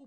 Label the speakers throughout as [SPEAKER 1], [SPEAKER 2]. [SPEAKER 1] O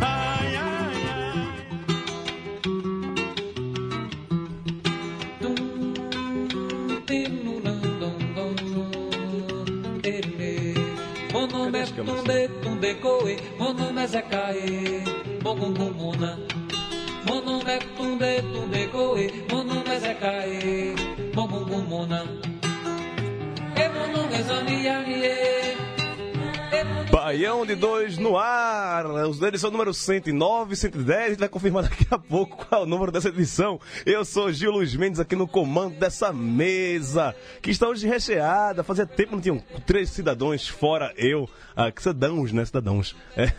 [SPEAKER 2] Ai, ai, ai.
[SPEAKER 3] Mon nome é Tundê, Tundê Coe, mon nome é Zecae, Bogumumuna. Mon nome é Tundê, Tundê Coe, mon nome é Zecae, Bogumumuna. E mon nome é Zani Arie,
[SPEAKER 2] Baião de dois no ar. Os da edição número 109, 110. A gente vai confirmar daqui a pouco qual é o número dessa edição. Eu sou Gil Luiz Mendes aqui no comando dessa mesa, que está hoje recheada. Fazia tempo que não tinham três cidadãos, fora eu. Ah, que cidadãos, né? Cidadãos. É.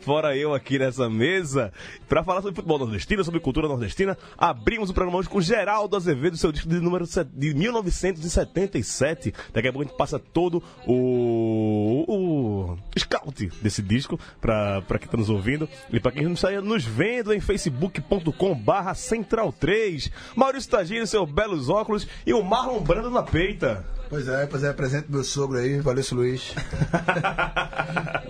[SPEAKER 2] Fora eu aqui nessa mesa, para falar sobre futebol nordestino, sobre cultura nordestina. Abrimos o programa hoje com Geraldo Azevedo, seu disco de número set- de 1977. Daqui a pouco a gente passa todo o, o scout desse disco pra, pra quem tá nos ouvindo e pra quem não está nos vendo em facebook.com barra central3. Maurício Tagino, seus belos óculos e o Marlon Brando na peita.
[SPEAKER 4] Pois é, pois é, presente meu sogro aí, valeu, seu Luiz.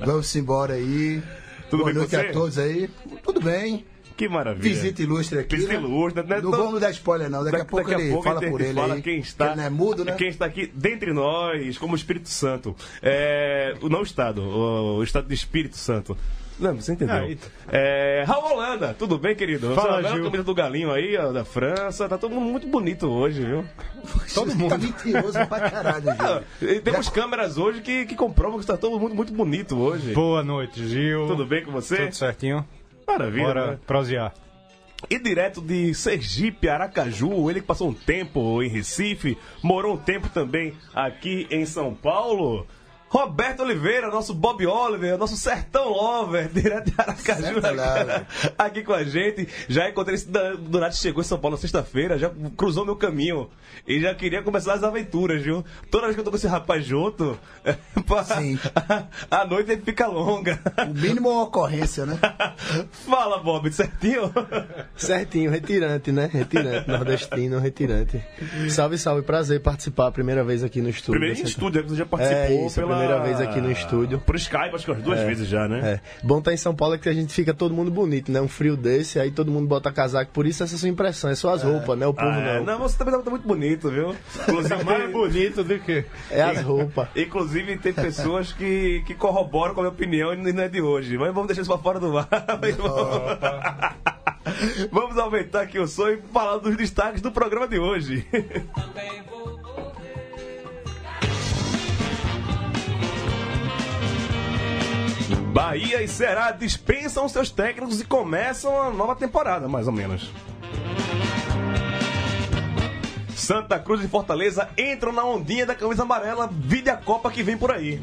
[SPEAKER 4] Vamos embora aí.
[SPEAKER 2] Tudo bem
[SPEAKER 4] Boa
[SPEAKER 2] com
[SPEAKER 4] noite
[SPEAKER 2] você?
[SPEAKER 4] a todos aí. Tudo bem.
[SPEAKER 2] Que maravilha.
[SPEAKER 4] Visita ilustre aqui.
[SPEAKER 2] Visita
[SPEAKER 4] né?
[SPEAKER 2] ilustre, né?
[SPEAKER 4] Não
[SPEAKER 2] Então-
[SPEAKER 4] vamos dar spoiler, não. Daqui a pouco ele fala
[SPEAKER 2] ele
[SPEAKER 4] por ele.
[SPEAKER 2] fala
[SPEAKER 4] aí.
[SPEAKER 2] quem está,
[SPEAKER 4] Ele não é mudo, né?
[SPEAKER 2] Quem está aqui dentre nós, como Espírito Santo. É, o não Estado, o, o Estado de Espírito Santo. Não, você entendeu.
[SPEAKER 5] Ah, e-
[SPEAKER 2] É, Raul Holanda, tudo bem, querido? Você
[SPEAKER 5] Fala,
[SPEAKER 2] tá vendo
[SPEAKER 5] Gil.
[SPEAKER 2] a camisa do Galinho aí, ó, da França. Tá todo mundo muito bonito hoje, viu? é
[SPEAKER 4] Todo mundo. Tá mentiroso pra caralho,
[SPEAKER 2] Ah,
[SPEAKER 4] gente.
[SPEAKER 2] e temos câmeras hoje que, que comprovam que está todo mundo muito bonito hoje.
[SPEAKER 5] Boa noite, Gil.
[SPEAKER 2] Tudo bem com você?
[SPEAKER 5] Tudo certinho?
[SPEAKER 2] Maravilha.
[SPEAKER 5] Bora
[SPEAKER 2] né?
[SPEAKER 5] prosear.
[SPEAKER 2] E direto de Sergipe, Aracaju, ele que passou um tempo em Recife, morou um tempo também aqui em São Paulo. Roberto Oliveira, nosso Bob Oliver, nosso sertão lover, direto de Aracaju,
[SPEAKER 4] Sertão lover.
[SPEAKER 2] aqui, aqui com a gente. Já encontrei esse dan- do nada chegou em São Paulo na sexta-feira, já cruzou meu caminho e já queria começar as aventuras, viu? Toda vez que eu tô com esse rapaz junto,
[SPEAKER 4] Sim.
[SPEAKER 2] a, a noite fica longa.
[SPEAKER 4] O mínimo é uma ocorrência, né?
[SPEAKER 2] Fala, Bob, certinho?
[SPEAKER 6] Certinho, retirante, né? Retirante, nordestino, retirante. Salve, salve, prazer participar a primeira vez aqui no estúdio.
[SPEAKER 2] Primeiro em
[SPEAKER 6] Essa-
[SPEAKER 2] estúdio, né? você já participou
[SPEAKER 6] É isso, a
[SPEAKER 2] pela...
[SPEAKER 6] primeira vez aqui no estúdio.
[SPEAKER 2] Por Skype, acho que umas duas vezes já, né?
[SPEAKER 6] É. Bom tá em São Paulo é que a gente fica todo mundo bonito, né? Um frio desse, aí todo mundo bota casaco. Por isso essa é a sua impressão, é só as roupas, né? O povo
[SPEAKER 2] Ah, é.
[SPEAKER 6] não.
[SPEAKER 2] Não, você também tá muito bonito, viu? Inclusive,
[SPEAKER 5] Mais
[SPEAKER 2] tem,
[SPEAKER 5] bonito do que.
[SPEAKER 6] É as roupas.
[SPEAKER 2] inclusive, tem pessoas que, que corroboram com a minha opinião e não é de hoje. Mas vamos deixar isso pra fora do ar. mas vamos- vamos aumentar aqui o som e falar dos destaques do programa de hoje.
[SPEAKER 3] também vou morrer.
[SPEAKER 2] Bahia e Ceará dispensam seus técnicos e começam a nova temporada, mais ou menos. Santa Cruz e Fortaleza entram na ondinha da camisa amarela, vide a Copa que vem por aí.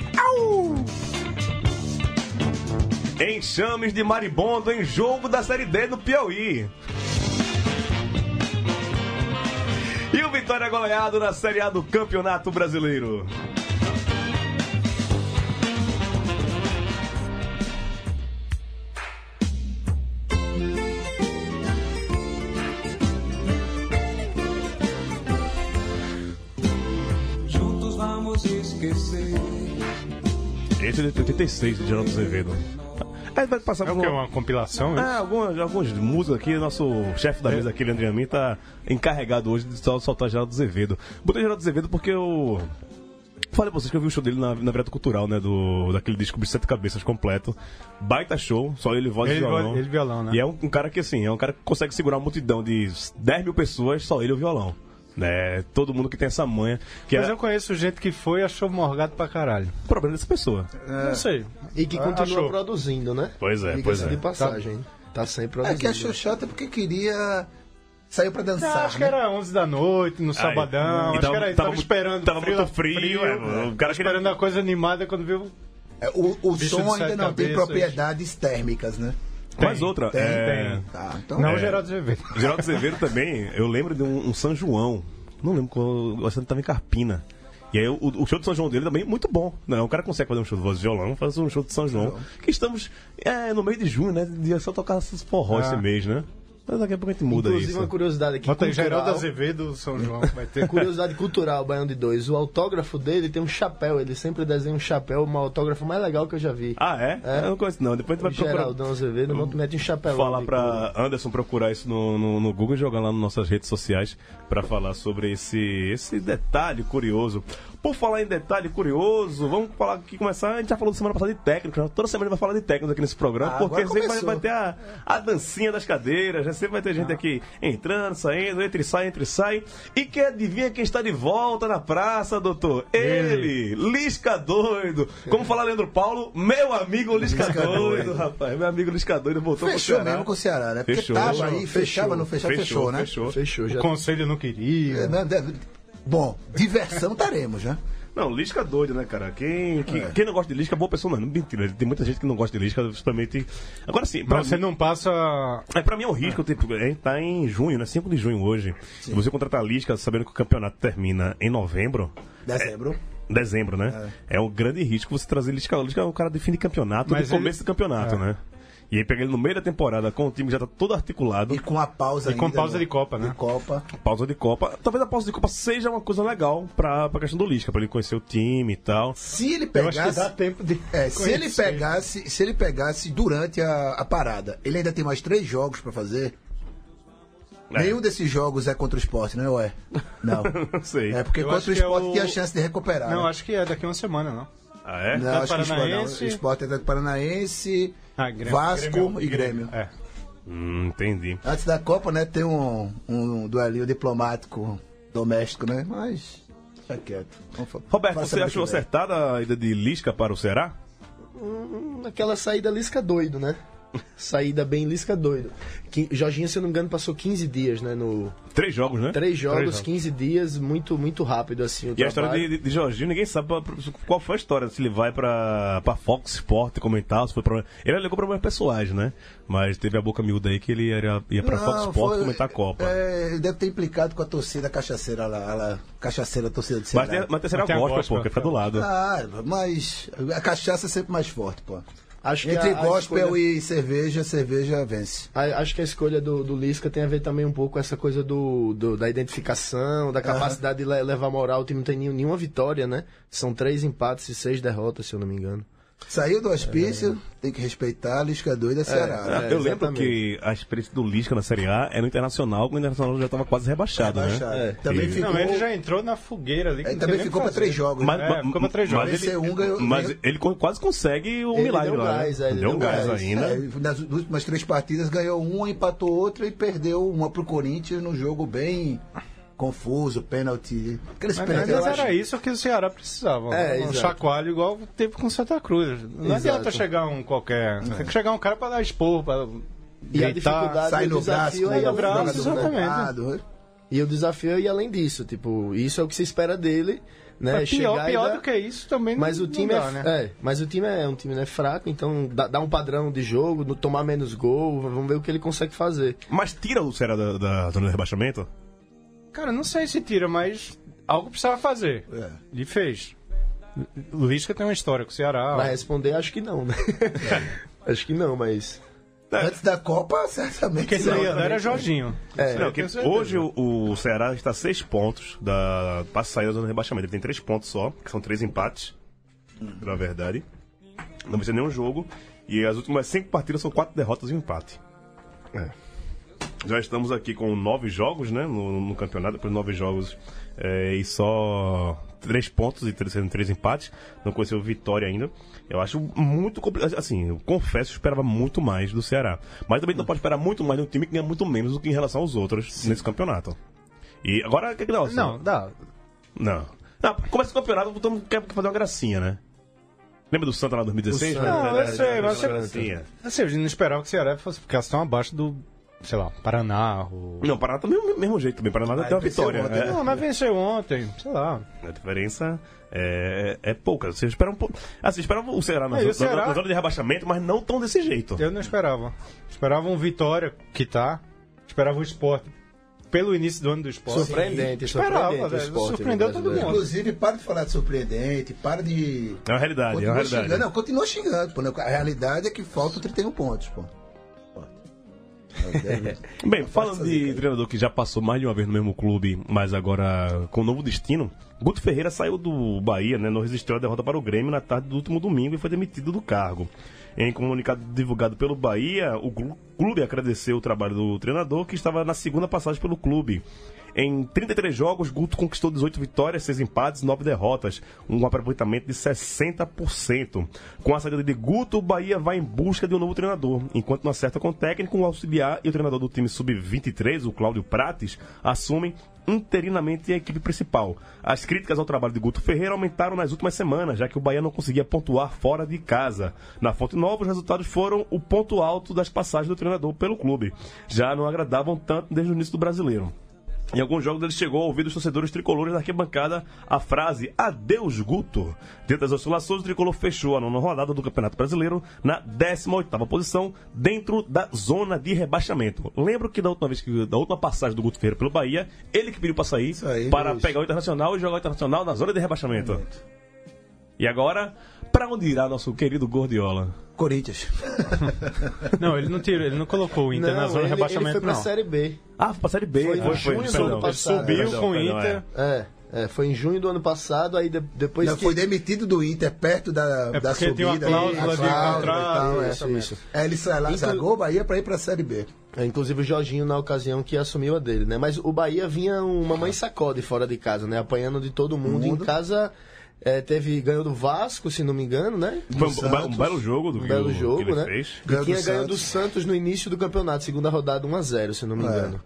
[SPEAKER 2] Enxames de maribondo em jogo da Série D do Piauí. E o Vitória goleado na Série A do Campeonato Brasileiro.
[SPEAKER 3] Juntos vamos esquecer.
[SPEAKER 2] Esse é de 86 do Geraldo Azevedo. Aí vai passar
[SPEAKER 5] É o
[SPEAKER 2] por
[SPEAKER 5] que?
[SPEAKER 2] uma-
[SPEAKER 5] Uma compilação? né?
[SPEAKER 2] Ah, algumas, algumas músicas aqui, nosso chefe da
[SPEAKER 5] É.
[SPEAKER 2] mesa aqui, Leandro Amin, tá encarregado hoje de sol- soltar Geraldo Azevedo. Botei Geraldo Azevedo porque eu. Falei pra vocês que eu vi o show dele na, na virada cultural, né? Do, daquele disco de Sete Cabeças completo. Baita show, só ele voz e
[SPEAKER 5] Ele
[SPEAKER 2] violão.
[SPEAKER 5] voz- ele violão, né?
[SPEAKER 2] E é um, um cara que, assim, é um cara que consegue segurar uma multidão de 10 mil pessoas, só ele e o violão. Né? Todo mundo que tem essa manha. Que
[SPEAKER 5] Mas
[SPEAKER 2] é
[SPEAKER 5] eu conheço gente que foi e achou morgado pra caralho.
[SPEAKER 2] o problema dessa pessoa.
[SPEAKER 5] Não sei.
[SPEAKER 6] E que
[SPEAKER 5] Ah,
[SPEAKER 6] continua
[SPEAKER 5] achou.
[SPEAKER 6] produzindo, né?
[SPEAKER 2] Pois é,
[SPEAKER 6] Diga-se
[SPEAKER 2] pois é.
[SPEAKER 6] de passagem. Tá sempre
[SPEAKER 4] É
[SPEAKER 6] produzindo.
[SPEAKER 4] que achou chato porque queria. Saiu pra
[SPEAKER 5] Ah,
[SPEAKER 4] dançar.
[SPEAKER 5] acho que
[SPEAKER 4] né?
[SPEAKER 5] era 11 da noite, no sabadão.
[SPEAKER 2] E
[SPEAKER 5] acho
[SPEAKER 2] tava-
[SPEAKER 5] que era
[SPEAKER 2] tava
[SPEAKER 5] isso. Tava,
[SPEAKER 2] muito-
[SPEAKER 5] esperando.
[SPEAKER 2] tava muito frio, é, o cara queria-
[SPEAKER 5] esperando a coisa animada quando viu.
[SPEAKER 4] É, O, o
[SPEAKER 5] Bicho
[SPEAKER 4] som
[SPEAKER 5] de sete
[SPEAKER 4] ainda não tem
[SPEAKER 5] cabeças.
[SPEAKER 4] propriedades térmicas, né?
[SPEAKER 2] Mais outra. é,
[SPEAKER 5] Tem.
[SPEAKER 4] Tá, então.
[SPEAKER 5] Não, Geraldo Azevedo.
[SPEAKER 2] Geraldo Azevedo também, eu lembro de um, um São João. Não lembro qual. Eu acho que ele tava em Carpina. E aí o, o show de São João dele também é muito bom. Não, o cara consegue fazer um show de voz de violão, faz um show de São João. Que estamos é, no meio de junho, né? Devia só tocar esses forró esse
[SPEAKER 5] Ah.
[SPEAKER 2] mês, né? Mas daqui a pouco a gente muda
[SPEAKER 6] Inclusive, uma
[SPEAKER 2] isso.
[SPEAKER 6] curiosidade aqui.
[SPEAKER 5] Bota aí, Geraldo
[SPEAKER 6] cultural.
[SPEAKER 5] Azevedo, São João. Vai ter.
[SPEAKER 6] Curiosidade cultural, Baião de Dois. O autógrafo dele tem um chapéu. Ele sempre desenha um chapéu, um autógrafo mais legal que eu já vi.
[SPEAKER 2] Ah, é?
[SPEAKER 6] É.
[SPEAKER 2] Eu não conheço, não. Depois a gente vai procurar.
[SPEAKER 6] Geraldão Azevedo, não mete um chapéu.
[SPEAKER 2] Falar pra Anderson procurar isso no, no, no Google e jogar lá nas nossas redes sociais pra falar sobre esse, esse detalhe curioso. Por falar em detalhe curioso, vamos falar aqui, começar. A gente já falou semana passada de técnico, né? toda semana a gente vai falar de técnicos aqui nesse programa,
[SPEAKER 4] Ah,
[SPEAKER 2] porque
[SPEAKER 4] agora
[SPEAKER 2] sempre vai,
[SPEAKER 4] começou.
[SPEAKER 2] vai ter a, a dancinha das cadeiras, né? sempre vai ter gente aqui entrando, saindo, entra e sai, entra e sai. E quem adivinha quem está de volta na praça, doutor? Ele, Lisca Doido. Como falar Leandro Paulo, meu amigo Lisca,
[SPEAKER 4] Lisca
[SPEAKER 2] doido,
[SPEAKER 4] Doido.
[SPEAKER 2] rapaz. Meu amigo Lisca Doido voltou pro
[SPEAKER 4] Fechou
[SPEAKER 2] Ceará.
[SPEAKER 4] mesmo com o Ceará, né? Porque
[SPEAKER 2] Fechou.
[SPEAKER 4] tava aí, fechava,
[SPEAKER 6] Fechou.
[SPEAKER 4] não fechava, fechou, né?
[SPEAKER 2] Fechou.
[SPEAKER 6] Fechou, já.
[SPEAKER 5] O conselho não
[SPEAKER 4] É,
[SPEAKER 5] queria.
[SPEAKER 4] né, deve- Bom, diversão teremos, né?
[SPEAKER 2] Não, Lisca é doido, né, cara? Quem, quem, quem não gosta de Lisca é boa pessoa, não. Mentira, tem muita gente que não gosta de Lisca, justamente. Agora sim, pra,
[SPEAKER 5] Mas você
[SPEAKER 2] mim-
[SPEAKER 5] não passa.
[SPEAKER 2] é, pra mim é um risco, tipo, é, tá em junho, né? 5 de junho hoje. Se você contratar Lisca sabendo que o campeonato termina em novembro,
[SPEAKER 4] Dezembro.
[SPEAKER 2] dezembro, né? É, um grande risco você trazer Lisca. Lisca é um cara de fim de campeonato,
[SPEAKER 5] Mas
[SPEAKER 2] de começo
[SPEAKER 5] ele-
[SPEAKER 2] do campeonato,
[SPEAKER 5] É.
[SPEAKER 2] né? E aí pega ele no meio da temporada com o time que já tá todo articulado.
[SPEAKER 4] E com a pausa
[SPEAKER 5] E com
[SPEAKER 4] ainda,
[SPEAKER 5] pausa
[SPEAKER 4] né?
[SPEAKER 5] de Copa, né?
[SPEAKER 4] De Copa.
[SPEAKER 2] pausa de Copa. Talvez a pausa de Copa seja uma coisa legal pra, pra questão do Lisca, pra ele conhecer o time e tal.
[SPEAKER 4] Se ele
[SPEAKER 5] Eu acho que
[SPEAKER 4] pegasse.
[SPEAKER 5] dá tempo de.
[SPEAKER 4] É, se ele
[SPEAKER 5] conhecer.
[SPEAKER 4] pegasse, se ele pegasse durante a, a parada, ele ainda tem mais três jogos pra fazer.
[SPEAKER 2] É.
[SPEAKER 4] Nenhum desses jogos é contra o esporte, né? Ou é? Não.
[SPEAKER 2] Não sei.
[SPEAKER 4] É porque
[SPEAKER 5] Eu
[SPEAKER 4] contra
[SPEAKER 5] acho
[SPEAKER 4] o
[SPEAKER 5] que é
[SPEAKER 4] esporte
[SPEAKER 5] o-
[SPEAKER 4] tem a chance de recuperar.
[SPEAKER 5] Não,
[SPEAKER 4] né?
[SPEAKER 5] acho que é daqui uma semana, não.
[SPEAKER 2] Ah, é?
[SPEAKER 4] Não, acho que o esporte não.
[SPEAKER 5] Paranaense-
[SPEAKER 4] O esporte é Atlético Paranaense,
[SPEAKER 5] Ah, Grêmio-
[SPEAKER 4] Vasco
[SPEAKER 5] Grêmio.
[SPEAKER 4] e Grêmio.
[SPEAKER 5] É.
[SPEAKER 2] Hum, entendi.
[SPEAKER 4] Antes da Copa, né, tem um, um duelinho diplomático doméstico, né? Mas. Tá quieto. Vamos fa-
[SPEAKER 2] Roberto,
[SPEAKER 4] faça
[SPEAKER 2] você
[SPEAKER 4] semana
[SPEAKER 2] achou
[SPEAKER 4] que vem.
[SPEAKER 2] acertada a ida de Lisca para o Ceará?
[SPEAKER 6] Aquela saída lisca doido, né? Saída bem lisca doido. Que, Jorginho, se eu não me engano, passou 15 dias, né? No
[SPEAKER 2] Três jogos, né?
[SPEAKER 6] três jogos,
[SPEAKER 5] jogos.
[SPEAKER 6] 15 dias, muito, muito rápido, assim. O
[SPEAKER 2] E a história
[SPEAKER 6] trabalho.
[SPEAKER 2] de, de, de Jorginho, ninguém sabe pra- pra- qual foi a história. Se ele vai pra, pra Fox Sport comentar, se foi pra. Ele alegou problemas pessoais, né? Mas teve a boca miúda aí que ele era, ia pra Fox
[SPEAKER 4] Não,
[SPEAKER 2] Sport
[SPEAKER 4] foi-
[SPEAKER 2] comentar a Copa.
[SPEAKER 4] É, ele deve ter implicado com a torcida cachaceira lá, lá cachaceira torcida de
[SPEAKER 2] Mas,
[SPEAKER 4] Ceará.
[SPEAKER 6] é,
[SPEAKER 2] tem, mas tem a
[SPEAKER 5] Mas tem a
[SPEAKER 2] gosta,
[SPEAKER 5] gospel,
[SPEAKER 2] pô, que fica do lado.
[SPEAKER 4] Ah, mas a cachaça é sempre mais forte, pô.
[SPEAKER 6] Acho que
[SPEAKER 4] Entre
[SPEAKER 6] a- a
[SPEAKER 4] gospel
[SPEAKER 6] escolha-
[SPEAKER 4] e cerveja, cerveja vence.
[SPEAKER 6] A- Acho que a escolha do, do Lisca tem a ver também um pouco com essa coisa do, do- da identificação, da capacidade de le- levar moral. O time não tem nenhum- nenhuma vitória, né? São três empates e seis derrotas, se eu não me engano.
[SPEAKER 4] Saiu do hospício, tem que respeitar, Lisca doida, Ceará.
[SPEAKER 2] Ah,
[SPEAKER 4] né?
[SPEAKER 6] é,
[SPEAKER 2] eu lembro
[SPEAKER 6] exatamente.
[SPEAKER 2] que a experiência do Lisca na Série A era no Internacional, quando o Internacional já estava quase rebaixado,
[SPEAKER 4] Baixado.
[SPEAKER 6] É.
[SPEAKER 2] né?
[SPEAKER 4] Também
[SPEAKER 2] E-
[SPEAKER 4] ficou,
[SPEAKER 5] Não, ele já entrou na fogueira ali. que
[SPEAKER 4] ele
[SPEAKER 5] não
[SPEAKER 4] também
[SPEAKER 5] tem nem o
[SPEAKER 4] ficou
[SPEAKER 5] que
[SPEAKER 4] para
[SPEAKER 5] fazer.
[SPEAKER 4] três jogos.
[SPEAKER 2] Mas,
[SPEAKER 4] né?
[SPEAKER 5] É, ficou pra três jogos.
[SPEAKER 2] Mas,
[SPEAKER 4] Venceu
[SPEAKER 2] ele,
[SPEAKER 4] um, ganhou-
[SPEAKER 2] mas
[SPEAKER 4] ganhou-
[SPEAKER 2] ele co- quase consegue o
[SPEAKER 6] Ele
[SPEAKER 2] milagre
[SPEAKER 6] deu
[SPEAKER 2] lá. né?
[SPEAKER 6] gás, é, ele
[SPEAKER 2] deu
[SPEAKER 6] deu
[SPEAKER 2] gás,
[SPEAKER 6] gás.
[SPEAKER 2] ainda.
[SPEAKER 4] É, nas últimas três partidas ganhou uma, empatou outra e perdeu uma pro Corinthians num jogo bem confuso, pênalti. Aqueles
[SPEAKER 5] Mas,
[SPEAKER 4] pênaltis eu
[SPEAKER 5] mas
[SPEAKER 4] acho-
[SPEAKER 5] era isso que o Ceará precisava.
[SPEAKER 6] É,
[SPEAKER 5] um
[SPEAKER 6] exato.
[SPEAKER 5] chacoalho igual teve com Santa Cruz. Não
[SPEAKER 6] Exato. É.
[SPEAKER 5] adianta chegar um qualquer. Tem que chegar um cara pra dar expor, pra
[SPEAKER 6] E
[SPEAKER 5] gritar.
[SPEAKER 6] a dificuldade-
[SPEAKER 4] Sai
[SPEAKER 6] o
[SPEAKER 4] no braço,
[SPEAKER 6] desafio é
[SPEAKER 4] o
[SPEAKER 6] o
[SPEAKER 5] braço,
[SPEAKER 4] jogador
[SPEAKER 5] exatamente.
[SPEAKER 4] marcado.
[SPEAKER 6] E o desafio é ir além disso, tipo, isso é o que se espera dele, né?
[SPEAKER 5] Mas pior
[SPEAKER 6] Chegar e
[SPEAKER 5] pior
[SPEAKER 6] dar-
[SPEAKER 5] do que isso também
[SPEAKER 6] Mas
[SPEAKER 5] não,
[SPEAKER 6] o time
[SPEAKER 5] não dá,
[SPEAKER 6] é,
[SPEAKER 5] né?
[SPEAKER 6] é, mas o time é um time né, fraco, então dá, dá um padrão de jogo, no- tomar menos gol, vamos ver o que ele consegue fazer.
[SPEAKER 2] Mas tira o Ceará da, da zona de rebaixamento?
[SPEAKER 6] é.
[SPEAKER 5] Cara, não sei se tira, mas algo precisava fazer.
[SPEAKER 4] É.
[SPEAKER 5] E fez. O Lisca tem uma história com o Ceará.
[SPEAKER 6] Pra responder, acho que não, né?
[SPEAKER 5] É.
[SPEAKER 6] acho que não, mas
[SPEAKER 4] Antes da Copa, certamente.
[SPEAKER 5] Quem
[SPEAKER 4] não.
[SPEAKER 5] não, era Jorginho.
[SPEAKER 6] é,
[SPEAKER 2] Não,
[SPEAKER 5] eu
[SPEAKER 2] que
[SPEAKER 5] tenho certeza.
[SPEAKER 2] hoje o, o Ceará está a seis pontos da, para sair da zona de rebaixamento. Ele tem três pontos só, que são três empates, na verdade. Não venceu nenhum jogo. E as últimas cinco partidas são quatro derrotas e um empate. Já estamos aqui com nove jogos, né? No, no campeonato, depois de nove jogos é, e só três pontos e três, sendo três empates. Não conheceu vitória ainda. Eu acho muito complicado. Assim, eu confesso, eu esperava muito mais do Ceará. Mas também não pode esperar muito mais de um time que ganha muito menos do que em relação aos outros nesse campeonato. E agora, o que é que dá? assim?
[SPEAKER 5] Não, dá.
[SPEAKER 2] Não. Não, começa o campeonato, todo mundo quer fazer uma gracinha, né? Lembra do Santa lá em 2016?
[SPEAKER 6] O Santa,
[SPEAKER 5] Não, eu sei,
[SPEAKER 6] é,
[SPEAKER 2] Era
[SPEAKER 5] mas
[SPEAKER 2] uma
[SPEAKER 5] você-
[SPEAKER 2] gracinha.
[SPEAKER 5] Assim, eu não esperava que o Ceará fosse ficar tão abaixo do sei lá, Paraná. Ou...
[SPEAKER 2] Não, Paraná também é o mesmo jeito também. Paraná tem uma
[SPEAKER 4] venceu
[SPEAKER 2] vitória.
[SPEAKER 4] ontem,
[SPEAKER 2] é.
[SPEAKER 5] Não, mas venceu ontem, sei lá.
[SPEAKER 2] A diferença é, é pouca. Você espera um pouco. Ah, você esperava o Ceará nas,
[SPEAKER 5] É, e o
[SPEAKER 2] nas-
[SPEAKER 5] Ceará?
[SPEAKER 2] nas horas de rebaixamento, mas não tão desse jeito.
[SPEAKER 5] Eu não esperava. Esperava um Vitória, que tá. Esperava o esporte. Pelo início do ano do esporte.
[SPEAKER 6] Surpreendente,
[SPEAKER 5] Esperava,
[SPEAKER 6] surpreendente o
[SPEAKER 5] velho.
[SPEAKER 6] esporte
[SPEAKER 5] Surpreendeu todo
[SPEAKER 6] brasileiro.
[SPEAKER 5] mundo.
[SPEAKER 4] Inclusive, para de falar de surpreendente, para de.
[SPEAKER 2] É uma realidade, é uma
[SPEAKER 4] Continua xingando.
[SPEAKER 2] realidade.
[SPEAKER 4] Não, continua xingando, pô. né? A realidade é que faltam 31 pontos, pô.
[SPEAKER 2] Bem, falando
[SPEAKER 4] fazer,
[SPEAKER 2] de treinador que já passou mais de uma vez no mesmo clube, mas agora com um novo destino, Guto Ferreira saiu do Bahia, né? Não resistiu à derrota para o Grêmio na tarde do último domingo e foi demitido do cargo. Em comunicado divulgado pelo Bahia, o glu- clube agradeceu o trabalho do treinador, que estava na segunda passagem pelo clube. Em 33 jogos, Guto conquistou 18 vitórias, 6 empates, 9 derrotas, um aproveitamento de 60%. Com a saída de Guto, o Bahia vai em busca de um novo treinador. Enquanto não acerta com o técnico, o auxiliar e o treinador do time sub-23, o Cláudio Prates, assumem interinamente a equipe principal. As críticas ao trabalho de Guto Ferreira aumentaram nas últimas semanas, já que o Bahia não conseguia pontuar fora de casa. Na Fonte Nova, os resultados foram o ponto alto das passagens do treinador pelo clube. Já não agradavam tanto desde o início do brasileiro. Em alguns jogos ele chegou a ouvir dos torcedores tricolores na arquibancada a frase Adeus Guto. Dentro das oscilações, o tricolor fechou a nona rodada do Campeonato Brasileiro na 18ª posição, dentro da zona de rebaixamento. Lembro que da última vez que da última passagem do Guto Ferreira pelo Bahia, ele que pediu para sair
[SPEAKER 4] aí,
[SPEAKER 2] para
[SPEAKER 4] isso.
[SPEAKER 2] pegar o Internacional e jogar o Internacional na zona de rebaixamento. E agora, para onde irá nosso querido Gordiola?
[SPEAKER 4] Corinthians.
[SPEAKER 5] Não, ele não tirou, ele não colocou o Inter
[SPEAKER 6] Não,
[SPEAKER 5] na zona de
[SPEAKER 6] ele,
[SPEAKER 5] rebaixamento,
[SPEAKER 6] ele foi pra
[SPEAKER 5] não.
[SPEAKER 6] Série B.
[SPEAKER 2] Ah, para a Série B.
[SPEAKER 6] Foi
[SPEAKER 2] né?
[SPEAKER 6] em junho do ano
[SPEAKER 2] Ele
[SPEAKER 6] passado.
[SPEAKER 2] subiu
[SPEAKER 5] Perdão,
[SPEAKER 2] com o
[SPEAKER 5] perdão,
[SPEAKER 2] Inter.
[SPEAKER 5] é.
[SPEAKER 6] É, é, foi em junho do ano passado, aí de- depois
[SPEAKER 4] Não,
[SPEAKER 6] que...
[SPEAKER 4] foi demitido do Inter, perto da,
[SPEAKER 5] É
[SPEAKER 4] da
[SPEAKER 5] porque
[SPEAKER 4] subida.
[SPEAKER 5] tem
[SPEAKER 4] a
[SPEAKER 5] uma cláusula de
[SPEAKER 4] cláusula e
[SPEAKER 5] contrato,
[SPEAKER 4] tal, é.
[SPEAKER 6] isso, isso.
[SPEAKER 4] É, ele sai lá,
[SPEAKER 6] Inclu-
[SPEAKER 4] zagou o Bahia pra ir pra Série B.
[SPEAKER 6] É, inclusive o Jorginho na ocasião que assumiu a dele, né? Mas o Bahia vinha uma mãe sacode fora de casa, né? Apanhando de todo mundo. Em
[SPEAKER 4] Mundo.
[SPEAKER 6] casa é, teve ganhou do Vasco, se não me engano, né?
[SPEAKER 2] Foi um, um,
[SPEAKER 4] Santos.
[SPEAKER 2] belo jogo do
[SPEAKER 6] Um
[SPEAKER 2] que,
[SPEAKER 6] belo
[SPEAKER 2] o- que
[SPEAKER 6] jogo,
[SPEAKER 2] ele
[SPEAKER 6] né?
[SPEAKER 2] fez.
[SPEAKER 6] E
[SPEAKER 4] Ganhou
[SPEAKER 6] tinha
[SPEAKER 4] do
[SPEAKER 6] ganho do
[SPEAKER 4] Santos.
[SPEAKER 6] Santos no início do campeonato, segunda rodada 1x0, se não me engano.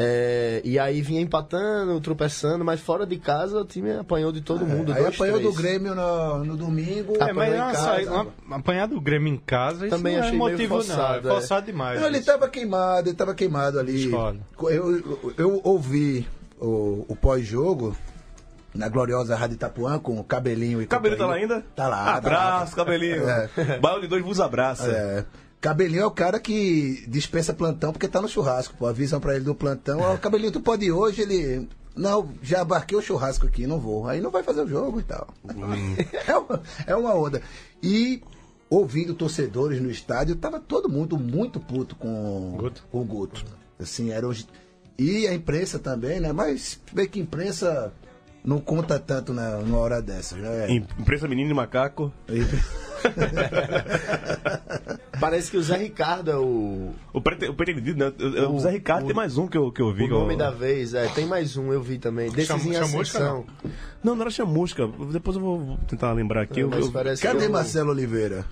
[SPEAKER 6] É, e aí vinha empatando, tropeçando, mas fora de casa o time apanhou de todo mundo.
[SPEAKER 4] É, Aí
[SPEAKER 6] dois,
[SPEAKER 4] apanhou
[SPEAKER 6] três.
[SPEAKER 4] do Grêmio no, no domingo.
[SPEAKER 5] É, mas
[SPEAKER 4] apanhou em
[SPEAKER 5] uma,
[SPEAKER 4] casa.
[SPEAKER 5] saída- uma- apanhar do Grêmio em casa, isso
[SPEAKER 6] tá Também
[SPEAKER 5] não é
[SPEAKER 6] achei meio
[SPEAKER 5] motivo
[SPEAKER 6] forçado,
[SPEAKER 5] não.
[SPEAKER 6] é. tá-
[SPEAKER 5] É forçado demais.
[SPEAKER 4] Não, ele
[SPEAKER 5] isso.
[SPEAKER 4] tava queimado, ele tava queimado ali.
[SPEAKER 5] Escolhe.
[SPEAKER 4] Eu, eu, eu ouvi o, o pós-jogo na gloriosa Rádio Itapuã com o cabelinho e
[SPEAKER 2] O Cabelinho tá lá ainda?
[SPEAKER 4] Tá lá.
[SPEAKER 2] Abraço,
[SPEAKER 4] tá lá.
[SPEAKER 2] cabelinho.
[SPEAKER 4] É.
[SPEAKER 2] Baile de dois vos abraça.
[SPEAKER 4] É. Cabelinho é o cara que dispensa plantão porque tá no churrasco, pô. Avisam pra ele do plantão. Ó, cabelinho, tu pode ir hoje? Ele. Não, já abarquei o churrasco aqui, não vou. Aí não vai fazer o jogo e tal. É, uma, é uma onda. E ouvindo torcedores no estádio, tava todo mundo muito puto com,
[SPEAKER 5] Guto.
[SPEAKER 4] com o Guto. Assim, era os- E a imprensa também, né? Mas bem que imprensa não conta tanto na, numa hora dessas, né?
[SPEAKER 2] Imprensa menino e macaco.
[SPEAKER 6] Parece que o Zé Ricardo é o,
[SPEAKER 2] O, prete, o pretendido, né? Eu- eu- O,
[SPEAKER 6] O-
[SPEAKER 2] Zé Ricardo
[SPEAKER 6] o-
[SPEAKER 2] tem mais um que eu, que eu vi.
[SPEAKER 6] o
[SPEAKER 2] que eu-
[SPEAKER 6] nome da vez. É, tem mais um, eu vi também. Desses em
[SPEAKER 5] chamusca,
[SPEAKER 6] ascensão.
[SPEAKER 2] Não, não era chamusca. Depois eu vou tentar lembrar aqui. Eu,
[SPEAKER 6] Mas
[SPEAKER 2] eu-
[SPEAKER 6] parece que
[SPEAKER 4] Cadê
[SPEAKER 6] eu-
[SPEAKER 4] Marcelo Oliveira?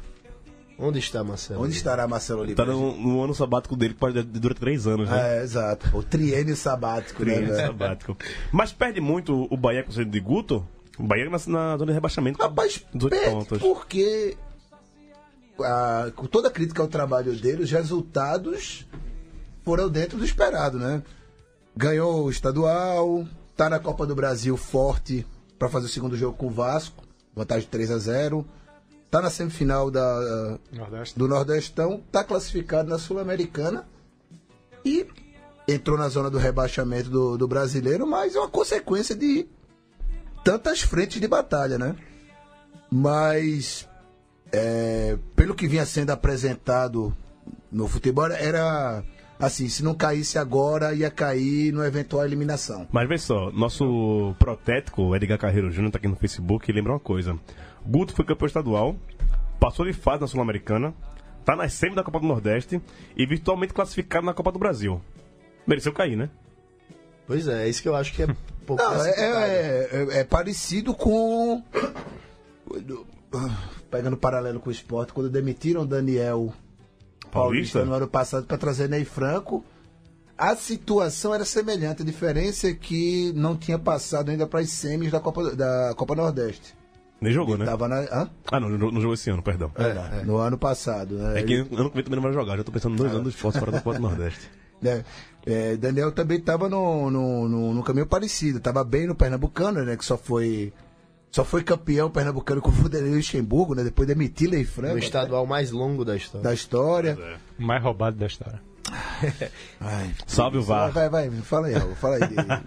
[SPEAKER 6] Onde está Marcelo?
[SPEAKER 4] Onde estará Marcelo
[SPEAKER 2] Tá
[SPEAKER 4] Oliveira?
[SPEAKER 2] no, no ano sabático dele, que pode durar três anos, né?
[SPEAKER 4] É, exato. O triênio sabático,
[SPEAKER 2] Triênio
[SPEAKER 4] né? velho?
[SPEAKER 2] sabático. Mas perde muito o Bahia com o centro de Guto. O Bahia na, na zona de rebaixamento. com
[SPEAKER 4] Rapaz,
[SPEAKER 2] 18
[SPEAKER 4] perde
[SPEAKER 2] pontos.
[SPEAKER 4] porque a- com toda a crítica ao trabalho dele, os resultados foram dentro do esperado, né? Ganhou o estadual, tá na Copa do Brasil forte pra fazer o segundo jogo com o Vasco, vantagem de 3 a 0 tá na semifinal da,
[SPEAKER 5] Nordeste.
[SPEAKER 4] do Nordestão, tá classificado na Sul-Americana e entrou na zona do rebaixamento do, do brasileiro, mas é uma consequência de tantas frentes de batalha, né? Mas é, pelo que vinha sendo apresentado no futebol, era assim, se não caísse agora, ia cair numa eventual eliminação.
[SPEAKER 2] Mas vê só, nosso protético, Edgar Carreiro Júnior, tá aqui no Facebook e lembra uma coisa. Guto foi campeão estadual, passou de fase na Sul-Americana, tá nas semi da Copa do Nordeste e virtualmente classificado na Copa do Brasil. Mereceu cair, né?
[SPEAKER 6] Pois é, é isso que eu acho que é pouco
[SPEAKER 4] Não, é,
[SPEAKER 6] classificado.
[SPEAKER 4] é- é- é parecido com. Pegando paralelo com o esporte, quando demitiram o Daniel Paulista no ano passado para trazer Ney Franco, a situação era semelhante. A diferença é que não tinha passado ainda para as semis da Copa, da Copa Nordeste.
[SPEAKER 2] Nem jogou, né?
[SPEAKER 4] Tava na- hã?
[SPEAKER 2] Ah, não, não, não jogou esse ano, perdão.
[SPEAKER 4] No ano passado. né?
[SPEAKER 2] É que ano que vem também não vai jogar, já tô pensando em dois anos do esporte fora da Copa do Nordeste.
[SPEAKER 4] né? É, Daniel também estava no, no, no, no caminho parecido, estava bem no Pernambucano, né? Que só foi só foi campeão pernambucano com o Vanderlei Luxemburgo, né? Depois demitiu Lei
[SPEAKER 6] No
[SPEAKER 4] Franco
[SPEAKER 6] estadual mais longo da história.
[SPEAKER 4] da história.
[SPEAKER 5] Mais roubado da história.
[SPEAKER 4] Ai,
[SPEAKER 2] Salve o VAR.
[SPEAKER 4] Vai, vai, vai, fala aí, Raul, fala aí,